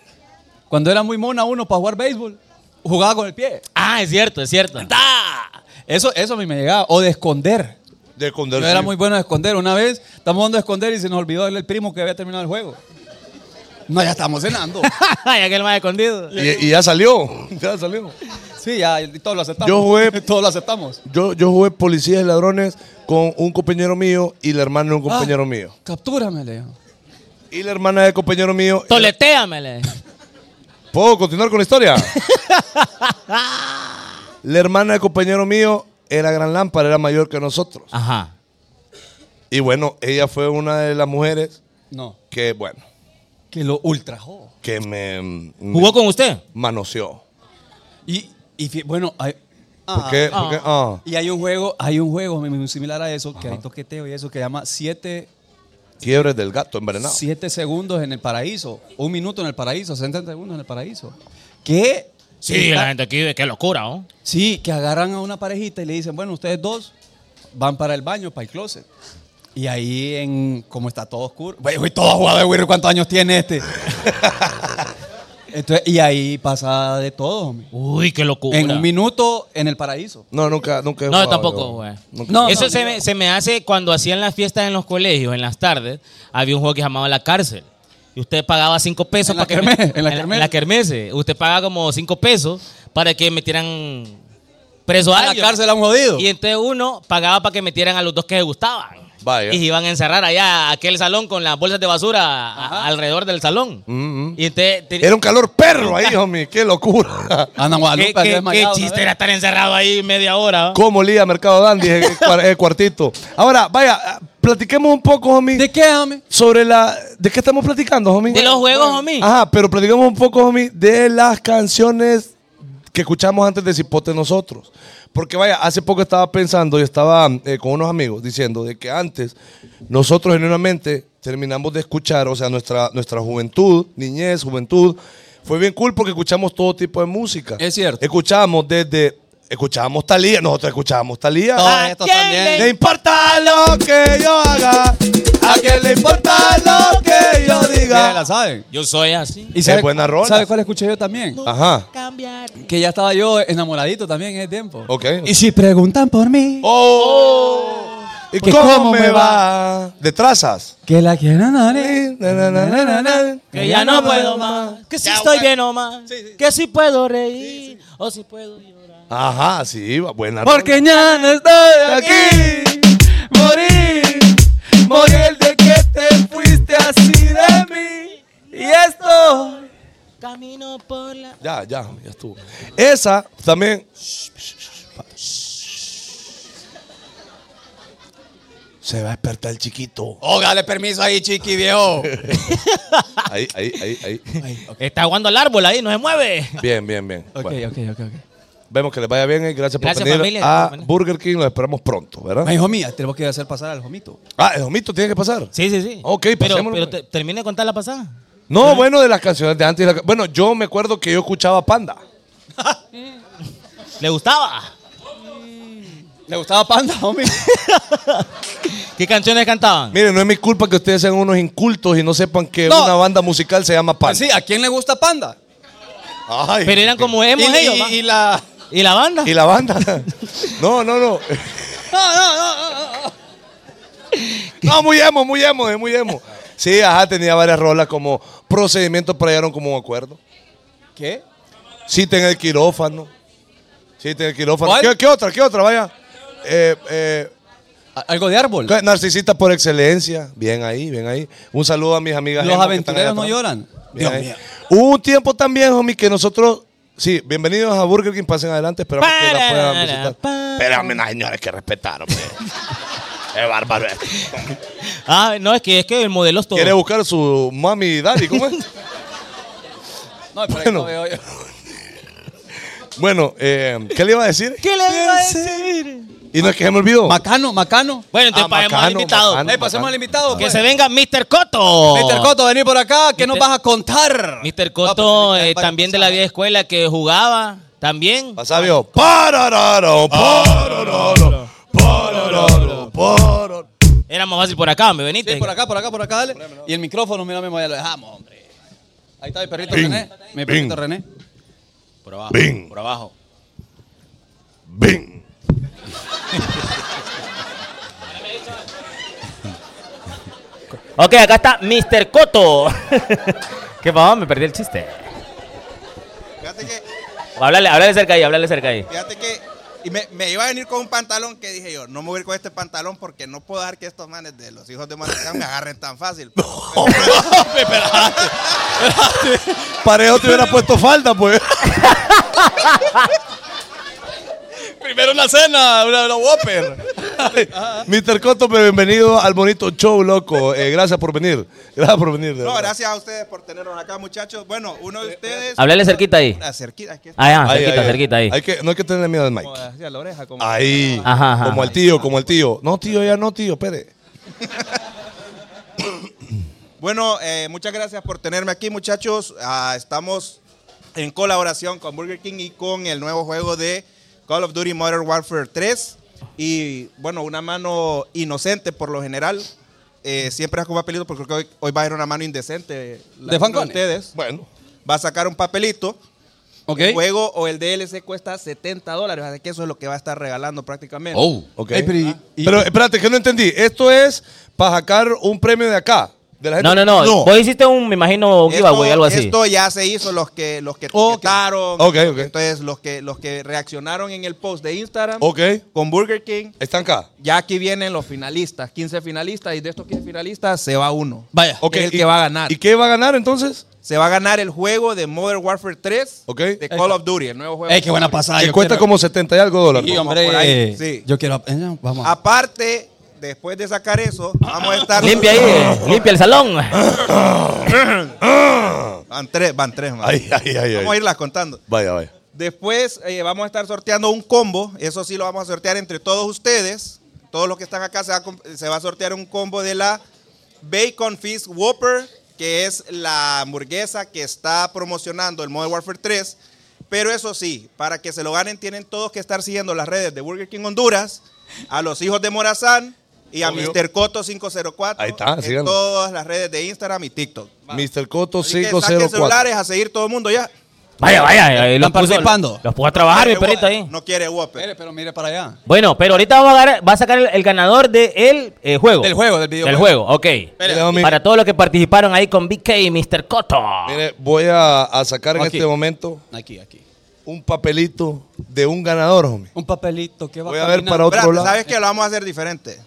S2: Cuando era muy mona uno para jugar béisbol, jugaba con el pie.
S4: ah, es cierto, es cierto.
S2: ¡Ta! Eso, eso a mí me llegaba. O de esconder.
S3: De esconder.
S2: Yo era
S3: sí.
S2: muy bueno de esconder. Una vez estamos jugando a esconder y se nos olvidó el primo que había terminado el juego.
S1: No, ya estamos cenando.
S4: y aquel más escondido.
S3: Y, y ya salió. Ya salió.
S2: Sí, ya, y todos lo aceptamos.
S3: Yo jugué-
S2: Todos lo aceptamos.
S3: Yo, yo jugué policías y ladrones con un compañero mío y la hermana de un compañero
S2: Ah,
S3: mío.
S2: Captúrame, le dijo.
S3: Y la hermana del compañero mío.
S4: Toleteamele.
S3: ¿Puedo continuar con la historia? la hermana del compañero mío era gran lámpara, era mayor que nosotros.
S4: Ajá.
S3: Y bueno, ella fue una de las mujeres
S2: No.
S3: que, bueno,
S2: Que lo ultrajó.
S3: que me, me
S4: ¿Jugó con usted?
S3: manoseó.
S2: Y, y fi- bueno, hay,
S3: ¿Por qué? ¿Por qué? Ah.
S2: y hay un juego, hay un juego muy similar a eso, que hay toqueteo y eso, que llama siete
S3: Quiebres del gato envenenado.
S2: Siete segundos en el paraíso. Un minuto en el paraíso. 60 segundos en el paraíso. Que.
S4: Sí,
S2: está-
S4: la gente aquí, qué locura, ¿oh? ¿no?
S2: sí, que agarran a una parejita y le dicen, bueno, ustedes dos van para el baño, para el closet. Y ahí, en como está todo oscuro. Güey, güey, todo jugado de güey, ¿cuántos años tiene este? Entonces, y ahí pasa de todo, homie.
S4: Uy, qué locura.
S2: En un minuto en el paraíso.
S3: No, nunca, nunca. he
S4: No,
S3: jugado,
S4: tampoco,
S3: yo.
S4: güey.
S3: Nunca.
S2: No,
S4: Eso
S2: no,
S4: se,
S2: no.
S4: me, se me hace cuando hacían las fiestas en los colegios, en las tardes, había un juego que se llamaba La Cárcel. Y usted pagaba cinco pesos
S2: En la
S4: para que.
S2: kermés, en la kermés.
S4: kermese. Usted pagaba como cinco pesos para que metieran preso a,
S2: A la
S4: alguien.
S2: cárcel a un jodido.
S4: Y entonces uno pagaba para que metieran a los dos que le gustaban.
S3: Vaya.
S4: Y se iban a encerrar allá a aquel salón con las bolsas de basura a- alrededor del salón.
S3: Mm, mm.
S2: Mm-hmm.
S4: Y entonces. te-
S3: Era un calor perro ahí, homie. Qué locura.
S2: Ana Guadalupe,
S4: ¿Qué,
S2: había
S4: qué, qué
S2: desmayado una
S4: chiste
S2: vez.
S4: era estar encerrado ahí media hora?
S3: ¿Cómo lía Mercado Dandy el, cuar- el cuartito? Ahora, vaya, platiquemos un poco, homie,
S2: ¿De qué, homie?
S3: sobre la... ¿De qué estamos platicando, homie?
S4: De los juegos, homie.
S3: Ajá, pero platicamos un poco, homie, de las canciones que escuchamos antes de Cipote nosotros. Porque vaya, hace poco estaba pensando y estaba eh, con unos amigos diciendo de que antes nosotros genuinamente terminamos de escuchar, o sea, nuestra, nuestra juventud, niñez, juventud, fue bien cool porque escuchamos todo tipo de música.
S2: Es cierto.
S3: Escuchamos desde, escuchábamos Talía, nosotros escuchábamos Talía.
S1: Todo esto
S4: quién
S1: también.
S3: Le importa lo que yo haga, a quien le importa lo que yo
S2: Ya la
S3: diga.
S2: saben.
S4: Yo soy así.
S2: Y
S3: Es
S2: sabe-
S3: buena rola.
S2: ¿Sabe cuál escuché yo también?
S3: Ajá.
S2: Que ya estaba yo enamoradito también en ese tiempo.
S3: Ok.
S2: Y si preguntan por mí,
S3: ¡Oh! ¿Y
S2: Porque
S3: cómo,
S2: ¿cómo
S3: me
S2: me
S3: va? ¿De trazas?
S2: que la quieran dar. eh.
S3: Na, na, na, na, na, na.
S4: Que ya no puedo más. Que si estoy bien o más. Que si puedo reír. O si puedo llorar.
S3: Ajá, sí, va, buena.
S2: Porque ya no
S3: rola.
S2: estoy aquí.
S3: aquí morir, morir de que te fuiste así de mí.
S2: Y esto.
S4: Camino por la.
S3: Ya, ya, ya estuvo. Esa también. Se va a despertar el chiquito.
S1: Oh, dale permiso ahí, chiqui, viejo.
S3: Ahí, ahí, ahí, ahí.
S4: Está jugando al árbol ahí, no se mueve.
S3: Bien, bien, bien.
S2: Ok,
S3: Bueno,
S2: ok, ok, ok.
S3: vemos que les vaya bien y gracias por
S4: Gracias,
S3: venir
S4: familia.
S3: a Burger King. Los esperamos pronto, ¿verdad?
S2: Ma, hijo mía, tenemos que hacer pasar al jomito.
S3: Ah, el homito tiene que pasar.
S4: Sí, sí, sí.
S3: Ok,
S4: pero,
S3: pasémoslo,
S4: pero
S3: pues.
S4: te- termine de contar la pasada.
S3: No, bueno, de las canciones de antes. y la- Bueno, yo me acuerdo que yo escuchaba Panda.
S4: ¿Le gustaba?
S2: ¿Le gustaba Panda, homie?
S4: ¿Qué canciones cantaban?
S3: Miren, no es mi culpa que ustedes sean unos incultos y no sepan que
S2: No. Ah,
S3: una banda musical se llama
S10: Ah,
S3: Panda.
S2: sí, ¿a quién le gusta Panda?
S3: Ay.
S4: Pero eran como emo
S2: Y,
S4: ellos,
S2: y-
S4: va.
S2: y la.
S4: ¿Y la banda?
S3: ¿Y la banda? No, no, no. No, muy emo, muy emo, es muy emo. Sí, ajá, tenía varias rolas como procedimiento para llegar a un común acuerdo.
S10: ¿Qué?
S3: Cita en el quirófano. Cita en el quirófano.
S10: ¿Cuál?
S3: ¿Qué, qué otra? ¿Qué otra? Vaya. Eh, eh,
S10: A- Algo de árbol.
S3: ¿qué? narcisista por excelencia. Bien ahí, bien ahí. Un saludo a mis amigas.
S10: Los
S3: gemas que están allá
S10: aventureros no
S3: atrás.
S10: lloran.
S3: Bien
S10: Dios
S3: ahí.
S10: mío.
S3: Hubo un tiempo también, homie, que nosotros. Sí, bienvenidos a Burger King, pasen adelante, esperamos que la puedan visitar. Espérame, las señores que respetaron. Es bárbaro esto.
S4: Ah, no, es que, es que el modelo es todo.
S3: Quiere buscar su mami y daddy, ¿cómo es?
S10: No, pero ahí
S3: Bueno.
S10: no veo yo.
S3: bueno, eh, ¿qué le iba a decir?
S4: ¿Qué le iba a decir?
S3: Y no es que se me olvidó.
S10: Macano, Macano.
S4: Bueno, entonces
S3: Ah,
S4: paguemos al
S3: Macano,
S4: invitado.
S3: Macano. Ah,
S10: Ey, pasemos al invitado.
S4: Que
S10: pues.
S4: se venga Mr. Coto.
S10: Mr. Coto, vení por acá. ¿Qué nos
S4: Mister-
S10: vas a contar?
S4: Mr.
S10: No,
S4: Coto,
S10: pues,
S4: eh,
S10: para-
S4: también de la vieja escuela que jugaba, también.
S3: Pasabio. Parararo, parararo, parararo, parararo.
S4: Era más fácil por acá, me veniste.
S10: Sí, por acá, por acá, por acá, dale. Y el micrófono, mira, mismo ya lo dejamos, hombre. Ahí está mi perrito
S3: Bing,
S10: René. Mi
S3: bing.
S10: perrito René.
S6: Por abajo.
S3: Bing.
S6: Por abajo.
S3: Bing.
S4: Ok, acá está Mr. Coto. Qué pavón, me perdí el chiste.
S8: Fíjate que,
S4: Háblale, háblale cerca ahí, háblale cerca ahí.
S8: fíjate que. Y me, me iba a venir con un pantalón que dije yo, no me voy a ir con este pantalón porque no puedo dar que estos manes de los hijos de Maratán me agarren tan fácil.
S3: Parejo te hubiera puesto falta, pues.
S10: Primero una cena, una, Whopper.
S3: Mr. Coto, pero bienvenido al bonito show, loco. Eh, gracias por venir. Gracias por venir. de
S8: No,
S3: verdad.
S8: gracias a ustedes por tenernos acá, muchachos. Bueno, uno de ustedes.
S4: Háblale cerquita ahí.
S8: Ah, cerquita, aquí está.
S4: Allá,
S3: Ahí,
S4: cerquita,
S3: ahí,
S4: cerquita ahí.
S3: Hay que, no hay que tener miedo al mic.
S10: Hacia la oreja, como.
S3: Ahí.
S4: Ajá, ajá.
S3: Como al tío, como al tío. No, tío, ya no, tío, espere.
S8: Bueno, eh, muchas gracias por tenerme aquí, muchachos. Ah, estamos en colaboración con Burger King y con el nuevo juego de Call of Duty Modern Warfare 3. Y bueno, una mano inocente por lo general. Eh, siempre saco un papelito porque creo que hoy, hoy va a haber una mano indecente. La
S10: De
S8: mano
S10: Fanconi.
S8: ustedes
S3: Bueno.
S8: va a sacar un papelito.
S10: Ok.
S8: El juego o el DLC cuesta 70 dólares. Así que eso es lo que va a estar regalando prácticamente.
S6: Oh.
S3: Ok.
S10: Ey, pero, y- Ah, y-
S3: Pero espérate, que no entendí. Esto es para sacar un premio de acá. De la gente.
S4: No, no, no, Vos hiciste un, me imagino, un
S8: Esto,
S4: giveaway, algo así.
S8: esto ya se hizo los que los que
S3: Ok.
S8: etiquetaron,
S3: Ok, ok.
S8: entonces los que los que reaccionaron en el post de Instagram
S3: Ok.
S8: con Burger King.
S3: Están acá.
S8: Ya aquí vienen los finalistas, 15 finalistas y de estos 15 finalistas se va uno.
S4: Vaya.
S3: Ok,
S8: Es el
S3: y-
S8: que va a ganar.
S3: ¿Y qué va a ganar entonces?
S8: Se va a ganar el juego de Modern Warfare 3
S3: Ok.
S8: de Call of Duty, el nuevo juego.
S10: Ey, qué buena pasada.
S3: que
S10: yo
S3: cuesta
S10: quiero-
S3: como 70 y algo dólares.
S10: Sí,
S3: ¿no?
S10: hombre.
S8: por ahí, sí.
S10: Yo quiero. eh, no, vamos.
S8: Aparte, después de sacar eso, vamos a estar
S4: Limpia ahí, eh, limpia el salón.
S8: Van tres, van tres, man.
S3: Ay, ay, ay,
S8: Vamos a
S3: ay.
S8: irlas contando.
S3: Vaya, vaya.
S8: Después eh, vamos a estar sorteando un combo. Eso sí lo vamos a sortear entre todos ustedes. Todos los que están acá se va, a comp- se va a sortear un combo de la Bacon Fist Whopper, que es la hamburguesa que está promocionando el Modern Warfare 3. Pero eso sí, para que se lo ganen tienen todos que estar siguiendo las redes de Burger King Honduras, a los hijos de Morazán y a
S3: Obvio.
S8: Mr. Coto 504
S3: Ahí está,
S8: en
S3: síganlo.
S8: todas las redes de Instagram y TikTok.
S3: Mr. Coto
S8: Así que saquen
S3: 504.
S8: celulares a seguir todo el mundo ya.
S4: Vaya, vaya, ahí los
S10: Están
S4: puso,
S10: participando.
S4: los puso a trabajar, mi
S8: Quiere
S4: perrito
S8: Whopper,
S4: ahí.
S8: No quiere Whopper.
S10: Mire, pero mire para allá.
S4: Bueno, pero ahorita va a, agarrar- va a sacar el, el ganador del juego.
S10: Del juego, del videojuego.
S4: Del juego, ok.
S3: Mire, homie,
S4: Para todos los que participaron ahí con BK y Mr. Coto.
S3: mire, voy a, a sacar en
S10: Aquí.
S3: este momento
S10: Aquí, aquí.
S3: un papelito de un ganador, homie.
S10: Un papelito que va
S3: Voy a ver
S10: caminando.
S3: para otro
S8: Espérate,
S3: lado.
S8: ¿sabes que Lo vamos a hacer diferente.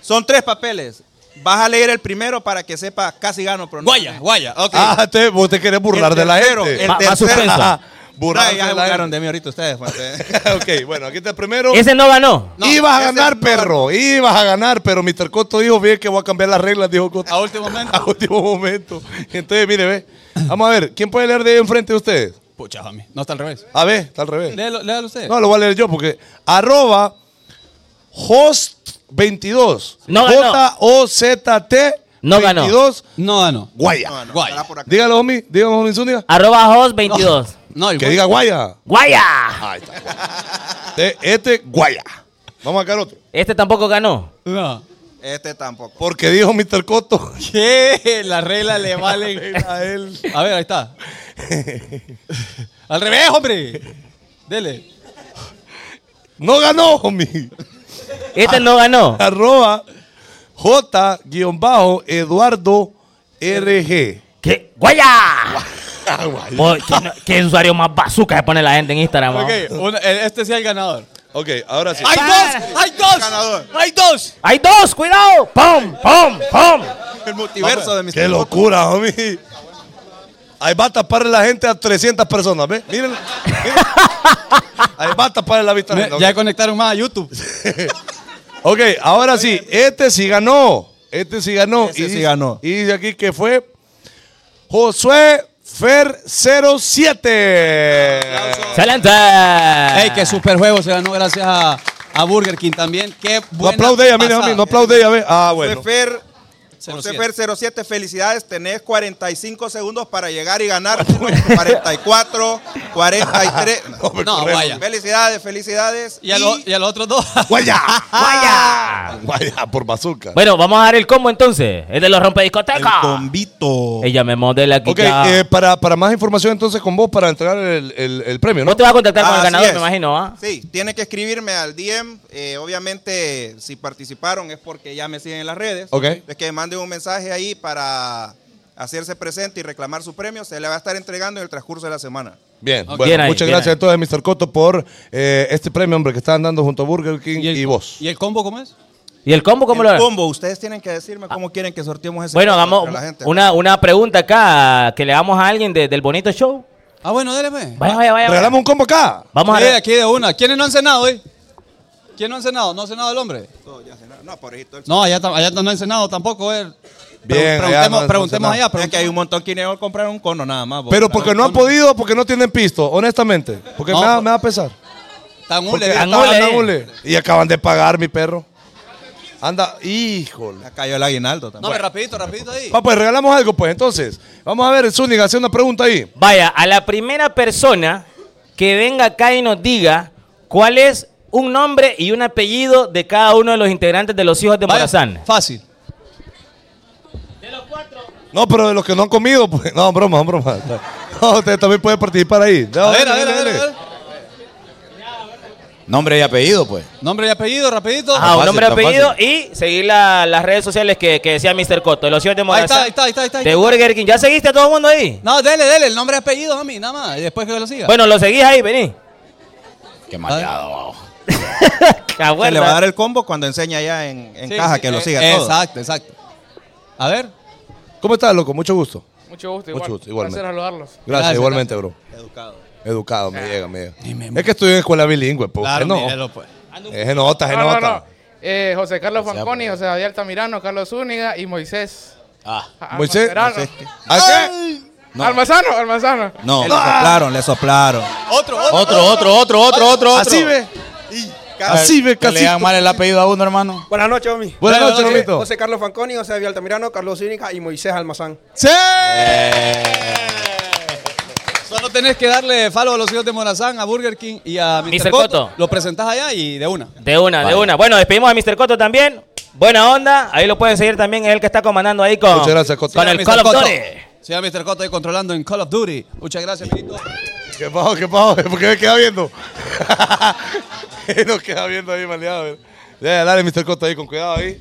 S8: Son tres papeles. Vas a leer el primero para que sepa casi gano, pero no.
S10: Guaya, guaya. Ok.
S3: Ah, te, vos te querés burlar de la
S8: tercero,
S3: gente.
S8: el
S4: Ma- más
S8: tercero.
S4: suspenso.
S3: Ah, burlar
S8: Ay, ya
S3: de
S8: se
S3: la
S8: burlaron
S3: gente.
S8: de mí ahorita ustedes. fuente.
S3: ok, bueno, aquí está el primero.
S4: Ese no ganó.
S3: ibas
S8: ese
S3: a ganar,
S8: no
S3: perro. Ibas a ganar, pero Mr. Coto dijo, bien que voy a cambiar las reglas, dijo Coto.
S10: A último momento.
S2: Ah,
S3: A último momento. Entonces, mire, ve. Vamos a ver, ¿quién puede leer de ahí enfrente de ustedes?
S10: Pucha, homie. No está al revés.
S3: A ver, está al revés.
S10: Léalo, léalo usted.
S3: No, lo voy a leer yo porque arroba host22.
S4: No ganó.
S3: J-O-Z-T
S4: No ganó.
S3: 22
S10: No,
S2: ah,
S10: ganó.
S3: Guaya.
S8: No, no,
S10: Guay.
S8: estará por acá.
S3: Dígalo, homie. Dígalo, homie Zúñiga.
S4: Arroba host22.
S10: No, el
S3: Que
S10: güey-
S3: diga Guaya.
S4: ¡Guaya!
S3: Ahí está. Este- Este, Guaya. Vamos a sacar otro.
S4: Este tampoco ganó.
S10: No.
S8: Este tampoco.
S3: Porque dijo Mr. Coto.
S10: ¿Qué? La regla le vale.
S3: A él.
S10: A ver, ahí está. Al revés, hombre. Dele.
S3: No ganó, homie.
S4: Este no ganó.
S3: Arroba J-Eduardo RG.
S4: ¿Qué? ¡Guaya!
S8: Ah,
S4: Vos, ¿Qué, no- qué usuario más bazooka se pone la gente en Instagram? ah? vos?
S2: este sí es el ganador.
S3: Ok, ahora sí.
S4: ¡Hay
S3: dos! Ah. ¡Hay dos!
S2: ¡Hay dos!
S4: ¡Hay dos! ¡Cuidado! ¡Pum! ¡Pum! ¡Pum!
S8: El multiverso de mis
S3: ¡Qué locura, homie! Ahí va a tapar la gente a 300 personas, ¿ves? Miren. miren. Ahí va a tapar la vista.
S2: Me- ya conectaron más a YouTube.
S3: ok, ahora sí. Este sí ganó. Este sí ganó.
S8: Ese sí
S3: dice-
S8: ganó.
S3: Y dice aquí que fue Josué Fer 07.
S4: ¡Excelente!
S3: Ah.
S2: ¡Ey, qué super juego! Se ganó gracias a, a Burger King también. ¡Qué
S3: No
S2: buena
S3: aplaude ella, mira,
S2: pasada.
S3: homie, no aplaude ella, ve. Ah, bueno.
S8: Josefer, Josefer 07, felicidades. Tenés 45 segundos para llegar y ganar. 44, 43.
S2: No, vaya.
S8: Felicidades, felicidades.
S2: Y a, lo- y a los otros dos.
S3: ¡Guaya!
S4: Ah.
S8: Ah.
S4: ¡Guaya!
S3: ¡Guaya! Por bazooka.
S4: Bueno, vamos a dar el combo entonces. Es de los rompediscotecas.
S8: Combito.
S4: Ella me modela aquí
S3: Ok,
S4: ya.
S3: eh, para, para más información entonces con vos para entregar el, el- el premio, ¿no?
S4: Vos te vas a contactar con el
S8: Así
S4: ganador,
S8: es.
S4: me imagino, ¿ah?
S8: Sí, tiene que escribirme al DM. eh, obviamente, si participaron es porque ya me siguen en las redes.
S3: Ok.
S8: Es que manden un mensaje ahí para hacerse presente y reclamar su premio. Se le va a estar entregando en el transcurso de la semana.
S3: Bien,
S4: Ok.
S3: bueno,
S4: Bien ahí,
S3: muchas
S4: bien
S3: gracias
S4: ahí.
S3: entonces, Mr. Coto, por eh, este premio, hombre, que están dando junto a Burger King y,
S2: el-
S3: vos.
S2: ¿Y el combo cómo es?
S4: ¿Y el combo cómo
S8: El
S4: lo harán?
S8: combo, ustedes tienen que decirme cómo quieren que sorteemos ese
S4: Bueno,
S8: combo
S4: hagamos
S8: entre la gente.
S4: una, una pregunta acá que le damos a alguien de- del bonito show.
S2: Ah, bueno, dale, pues.
S4: Vaya, vaya, vaya.
S3: Regalamos un combo acá.
S4: Vamos a
S2: Sí, aquí de una. ¿Quiénes no han cenado hoy? ¿Quién no han cenado? ¿No ha cenado el hombre?
S8: No, ya se- no, pobrecito, el-
S2: No, allá, tam- allá no han cenado tampoco. eh. Pre-
S3: Bien,
S2: preguntemos
S3: allá no han
S2: preguntemos
S3: cenado.
S2: allá.
S8: Es que hay
S2: preguntemos.
S8: un montón que no compraron un cono nada más. vos.
S3: Pero porque no han podido, porque no tienen pisto, honestamente. Porque
S2: No,
S3: me, va,
S2: por-
S3: me va a pesar.
S2: Tan
S3: Porque
S2: hule,
S4: Tan
S3: estaban
S4: hule,
S3: a
S4: eh.
S3: hule. Y acaban de pagar, mi perro. Anda, híjole.
S8: Ya cayó el aguinaldo
S2: No,
S8: también.
S2: pero rapidito, rapidito ahí.
S3: Va, pues regalamos algo, pues entonces. Vamos a ver, Zúñiga, hace una pregunta ahí.
S4: Vaya, a la primera persona que venga acá y nos diga cuál es un nombre y un apellido de cada uno de los integrantes de los hijos de
S2: Vaya,
S4: Morazán.
S2: Fácil.
S3: No, pero de los que no han comido, pues. No, broma, broma. No, usted también puede participar ahí. No,
S2: A ver, a
S3: dale,
S2: ver, a
S3: dale,
S2: ver, a
S3: dale.
S2: ver.
S6: Nombre y apellido, pues.
S2: Nombre y apellido, rapidito.
S3: Ah,
S4: Ajá, un
S6: fácil,
S4: nombre y
S6: tan
S4: apellido y seguir la- las redes sociales que, que decía Mr. Coto, de los hijos de
S2: ahí, está,
S4: Morazán.
S2: ahí está, ahí está, ahí está.
S4: De Burger King. ¿Ya seguiste a todo el mundo ahí?
S2: No, dele, dele, el nombre y apellido, mí, nada más. Y después que lo siga.
S4: Bueno, lo seguís ahí, vení.
S6: Qué maleado. vamos.
S8: Se le va a
S4: Abuela.
S8: dar el combo cuando enseña ya en, en
S2: Sí,
S8: caja
S2: sí,
S8: que lo
S2: eh,
S8: siga todo.
S2: Exacto, exacto. A ver.
S3: ¿Cómo estás, loco? Mucho gusto.
S5: Mucho gusto,
S3: Mucho
S5: igual.
S3: gusto, igualmente.
S5: Placer saludarlos.
S3: Gracias,
S2: Gracias,
S3: igualmente, bro. Educado. Educado, me llega, me llega. Es que estudié en escuela bilingüe, pues.
S2: Claro,
S3: Claro, no.
S2: mírelo, pues.
S3: Es nota, es
S5: No, no,
S3: nota.
S5: no. Eh, José Carlos
S6: Gracias,
S5: Fanconi,
S6: bro.
S5: José Javier Altamirano, Carlos Zúñiga y Moisés.
S6: Ah.
S5: Ah,
S3: Moisés.
S5: Almacerano.
S3: ¿A qué?
S6: No.
S5: Almazano, Almazano.
S6: No, le soplaron, le soplaron.
S2: Ah. Otro,
S6: Otro, otro, otro, otro, otro.
S3: Así
S6: otro.
S3: ve. Así ve,
S6: Que Le
S3: casi.
S6: dan mal el apellido a uno, hermano.
S11: Buenas noches, Omi.
S3: Buenas
S2: Buenas
S3: noches,
S2: noches.
S3: Romito.
S11: José Carlos Fanconi, José Javier Altamirano, Carlos Zúñiga y Moisés Almazán.
S2: ¡Sí!
S8: Eh.
S2: Solo tenés que darle follow a los hijos de Morazán, a Burger King y a Mr.
S4: Mr.
S2: Coto.
S4: Coto.
S2: Lo presentás allá y de una.
S4: De una, de una. Bueno, despedimos a Mr. Coto también. Buena onda. Ahí lo pueden seguir también. Es el que está comandando ahí con,
S3: Muchas gracias, Coto.
S4: con
S2: Siga
S4: el
S2: Mr.
S4: Call of
S2: Coto.
S4: Duty.
S2: Siga Mr. Coto ahí controlando en Call of Duty. Muchas gracias, amiguito.
S3: ¿Qué pasó? ¿Qué pasó? ¿Por qué me queda viendo? Nos queda viendo ahí, maleado. mira. Ya, Dale, Mr. Costa, ahí con cuidado ahí.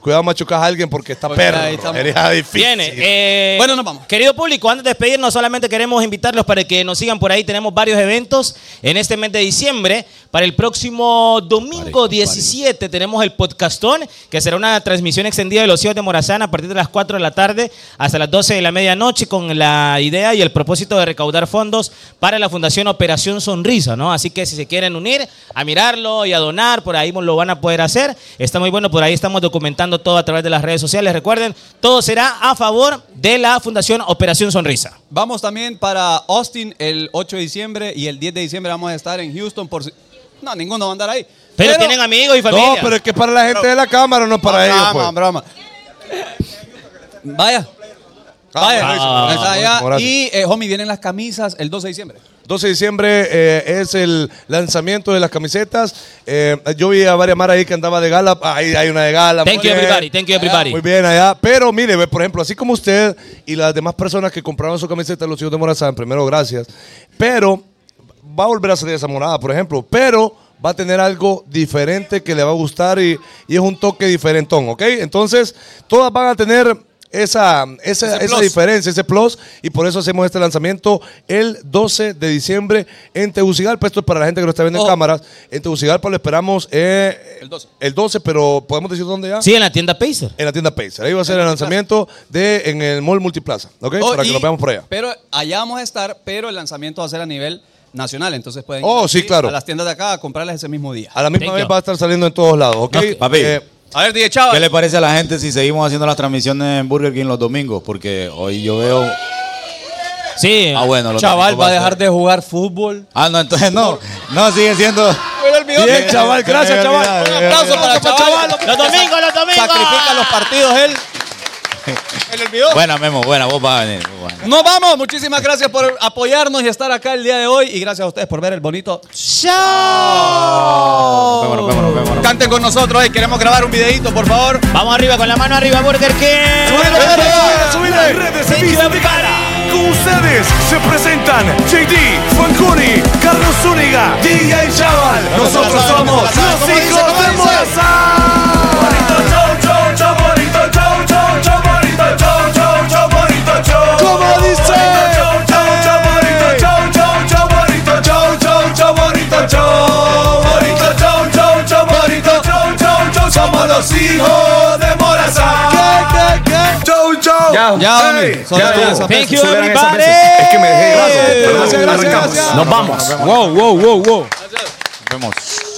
S3: Cuidado, machucas a alguien porque está
S2: Porque
S3: perro.
S2: Pues ahí estamos.
S3: Era difícil.
S4: Viene. eh,
S2: Bueno, nos vamos.
S4: Querido público, antes de despedirnos, solamente queremos invitarlos para que nos sigan por ahí. Tenemos varios eventos en este mes de diciembre. Para el próximo domingo 17 tenemos el podcastón, que será una transmisión extendida de los hijos de Morazán a partir de las 4 de la tarde hasta las 12 de la medianoche con la idea y el propósito de recaudar fondos para la Fundación Operación Sonrisa, ¿no? Así que si se quieren unir a mirarlo y a donar, por ahí lo van a poder hacer. Está muy bueno, por ahí estamos documentando todo a través de las redes sociales. Recuerden, todo será a favor de la Fundación Operación Sonrisa.
S2: Vamos también para Austin el 8 de diciembre y el 10 de diciembre vamos a estar en Houston por... si- No, ninguno va a andar ahí.
S4: Pero, tienen amigos y
S3: No,
S4: familia.
S3: pero es que para la gente de la cámara, no para ellos.
S2: Broma,
S3: Pues.
S2: broma. Vaya.
S3: Ah,
S2: Vaya.
S4: bueno,
S2: Está
S3: bueno,
S2: allá.
S3: gracias.
S2: Y, eh, homie, vienen las camisas el 12 de diciembre.
S3: 12 de diciembre eh, es el lanzamiento de las camisetas. Eh, yo vi a varias maras ahí que andaba de gala. Ahí hay una de gala.
S4: Thank
S3: muy
S4: you
S3: bien.
S4: everybody, thank you everybody.
S3: Muy bien allá. Pero mire, ve, por ejemplo, así como usted y las demás personas que compraron su camiseta de los hijos de Morazán, primero gracias. Pero va a volver a salir esa morada, por ejemplo. Pero va a tener algo diferente que le va a gustar y, y es un toque diferentón, ¿ok? Entonces, todas van a tener esa, esa,
S1: Ese
S3: esa
S1: plus.
S3: diferencia, ese plus, y por eso hacemos este lanzamiento el 12 de diciembre en Tegucigalpa. Esto es para la gente que lo está viendo en cámaras. En Tegucigalpa lo esperamos eh, el, 12. pero podemos decir dónde ya.
S4: Sí, en la tienda Pacer.
S3: En la tienda Pacer. Ahí va a ser el lanzamiento de en el Mall Multiplaza, ¿ok?
S2: Oh,
S3: para que
S2: y-
S3: lo veamos por allá.
S2: Pero allá vamos a estar, pero el lanzamiento va a ser a nivel nacional. Entonces pueden
S3: Oh, sí,
S2: aquí
S3: claro.
S2: a las tiendas de acá a comprarlas ese mismo día.
S3: A la misma vez va a estar saliendo en todos lados, ¿ok?
S6: Papi.
S3: Eh,
S2: A ver, DJ Chava.
S6: ¿Qué le parece a la gente si seguimos haciendo las transmisiones en Burger King los domingos? Porque hoy yo veo.
S4: Sí.
S6: Ah, bueno, los
S2: Chaval
S6: domingos
S2: va a
S6: ser-
S2: dejar de jugar fútbol.
S6: Ah, no, entonces no. No, sigue siendo.
S2: Bien, chaval, gracias, chaval. Un aplauso para chaval.
S4: Los domingos, los domingos.
S2: Sacrifica los partidos él.
S4: El olvidó.
S6: Buena, Memo, buena, vos vas a venir. vos vas a venir.
S2: Nos vamos. Muchísimas gracias por apoyarnos y estar acá el día de hoy. Y gracias a ustedes por ver el bonito.
S6: Canten
S2: con nosotros. eh. Queremos grabar un videito, por favor.
S4: Vamos arriba con la mano arriba, Burger King.
S1: Súbele, súbele, súbele. Redes de Villa de Cara. Con ustedes se presentan JD, Fancuni, Carlos Zúñiga, DJ Chaval. Nosotros somos los hijos de Morazán. Bonito show, show, show, bonito show, show, show, bonito show, show, show, bonito show. Como dice. Bonito show, show, show, bonito show, show, show, bonito show, show, show, bonito show. Bonito show, show, show, bonito show, show, show. Somos los hijos de Morazán. Chau, chau.
S2: Ya, ya,
S1: Hey.
S2: homie. Solo
S1: Ya,
S2: tú.
S1: ya.
S2: Thank you,
S1: Superan esas
S2: everybody.
S1: veces. Es que me dejé.
S2: Gracias,
S1: Perdón,
S2: gracias,
S1: arrancamos.
S2: gracias.
S1: Nos vamos.
S6: Wow, wow, wow, wow. Nos vemos.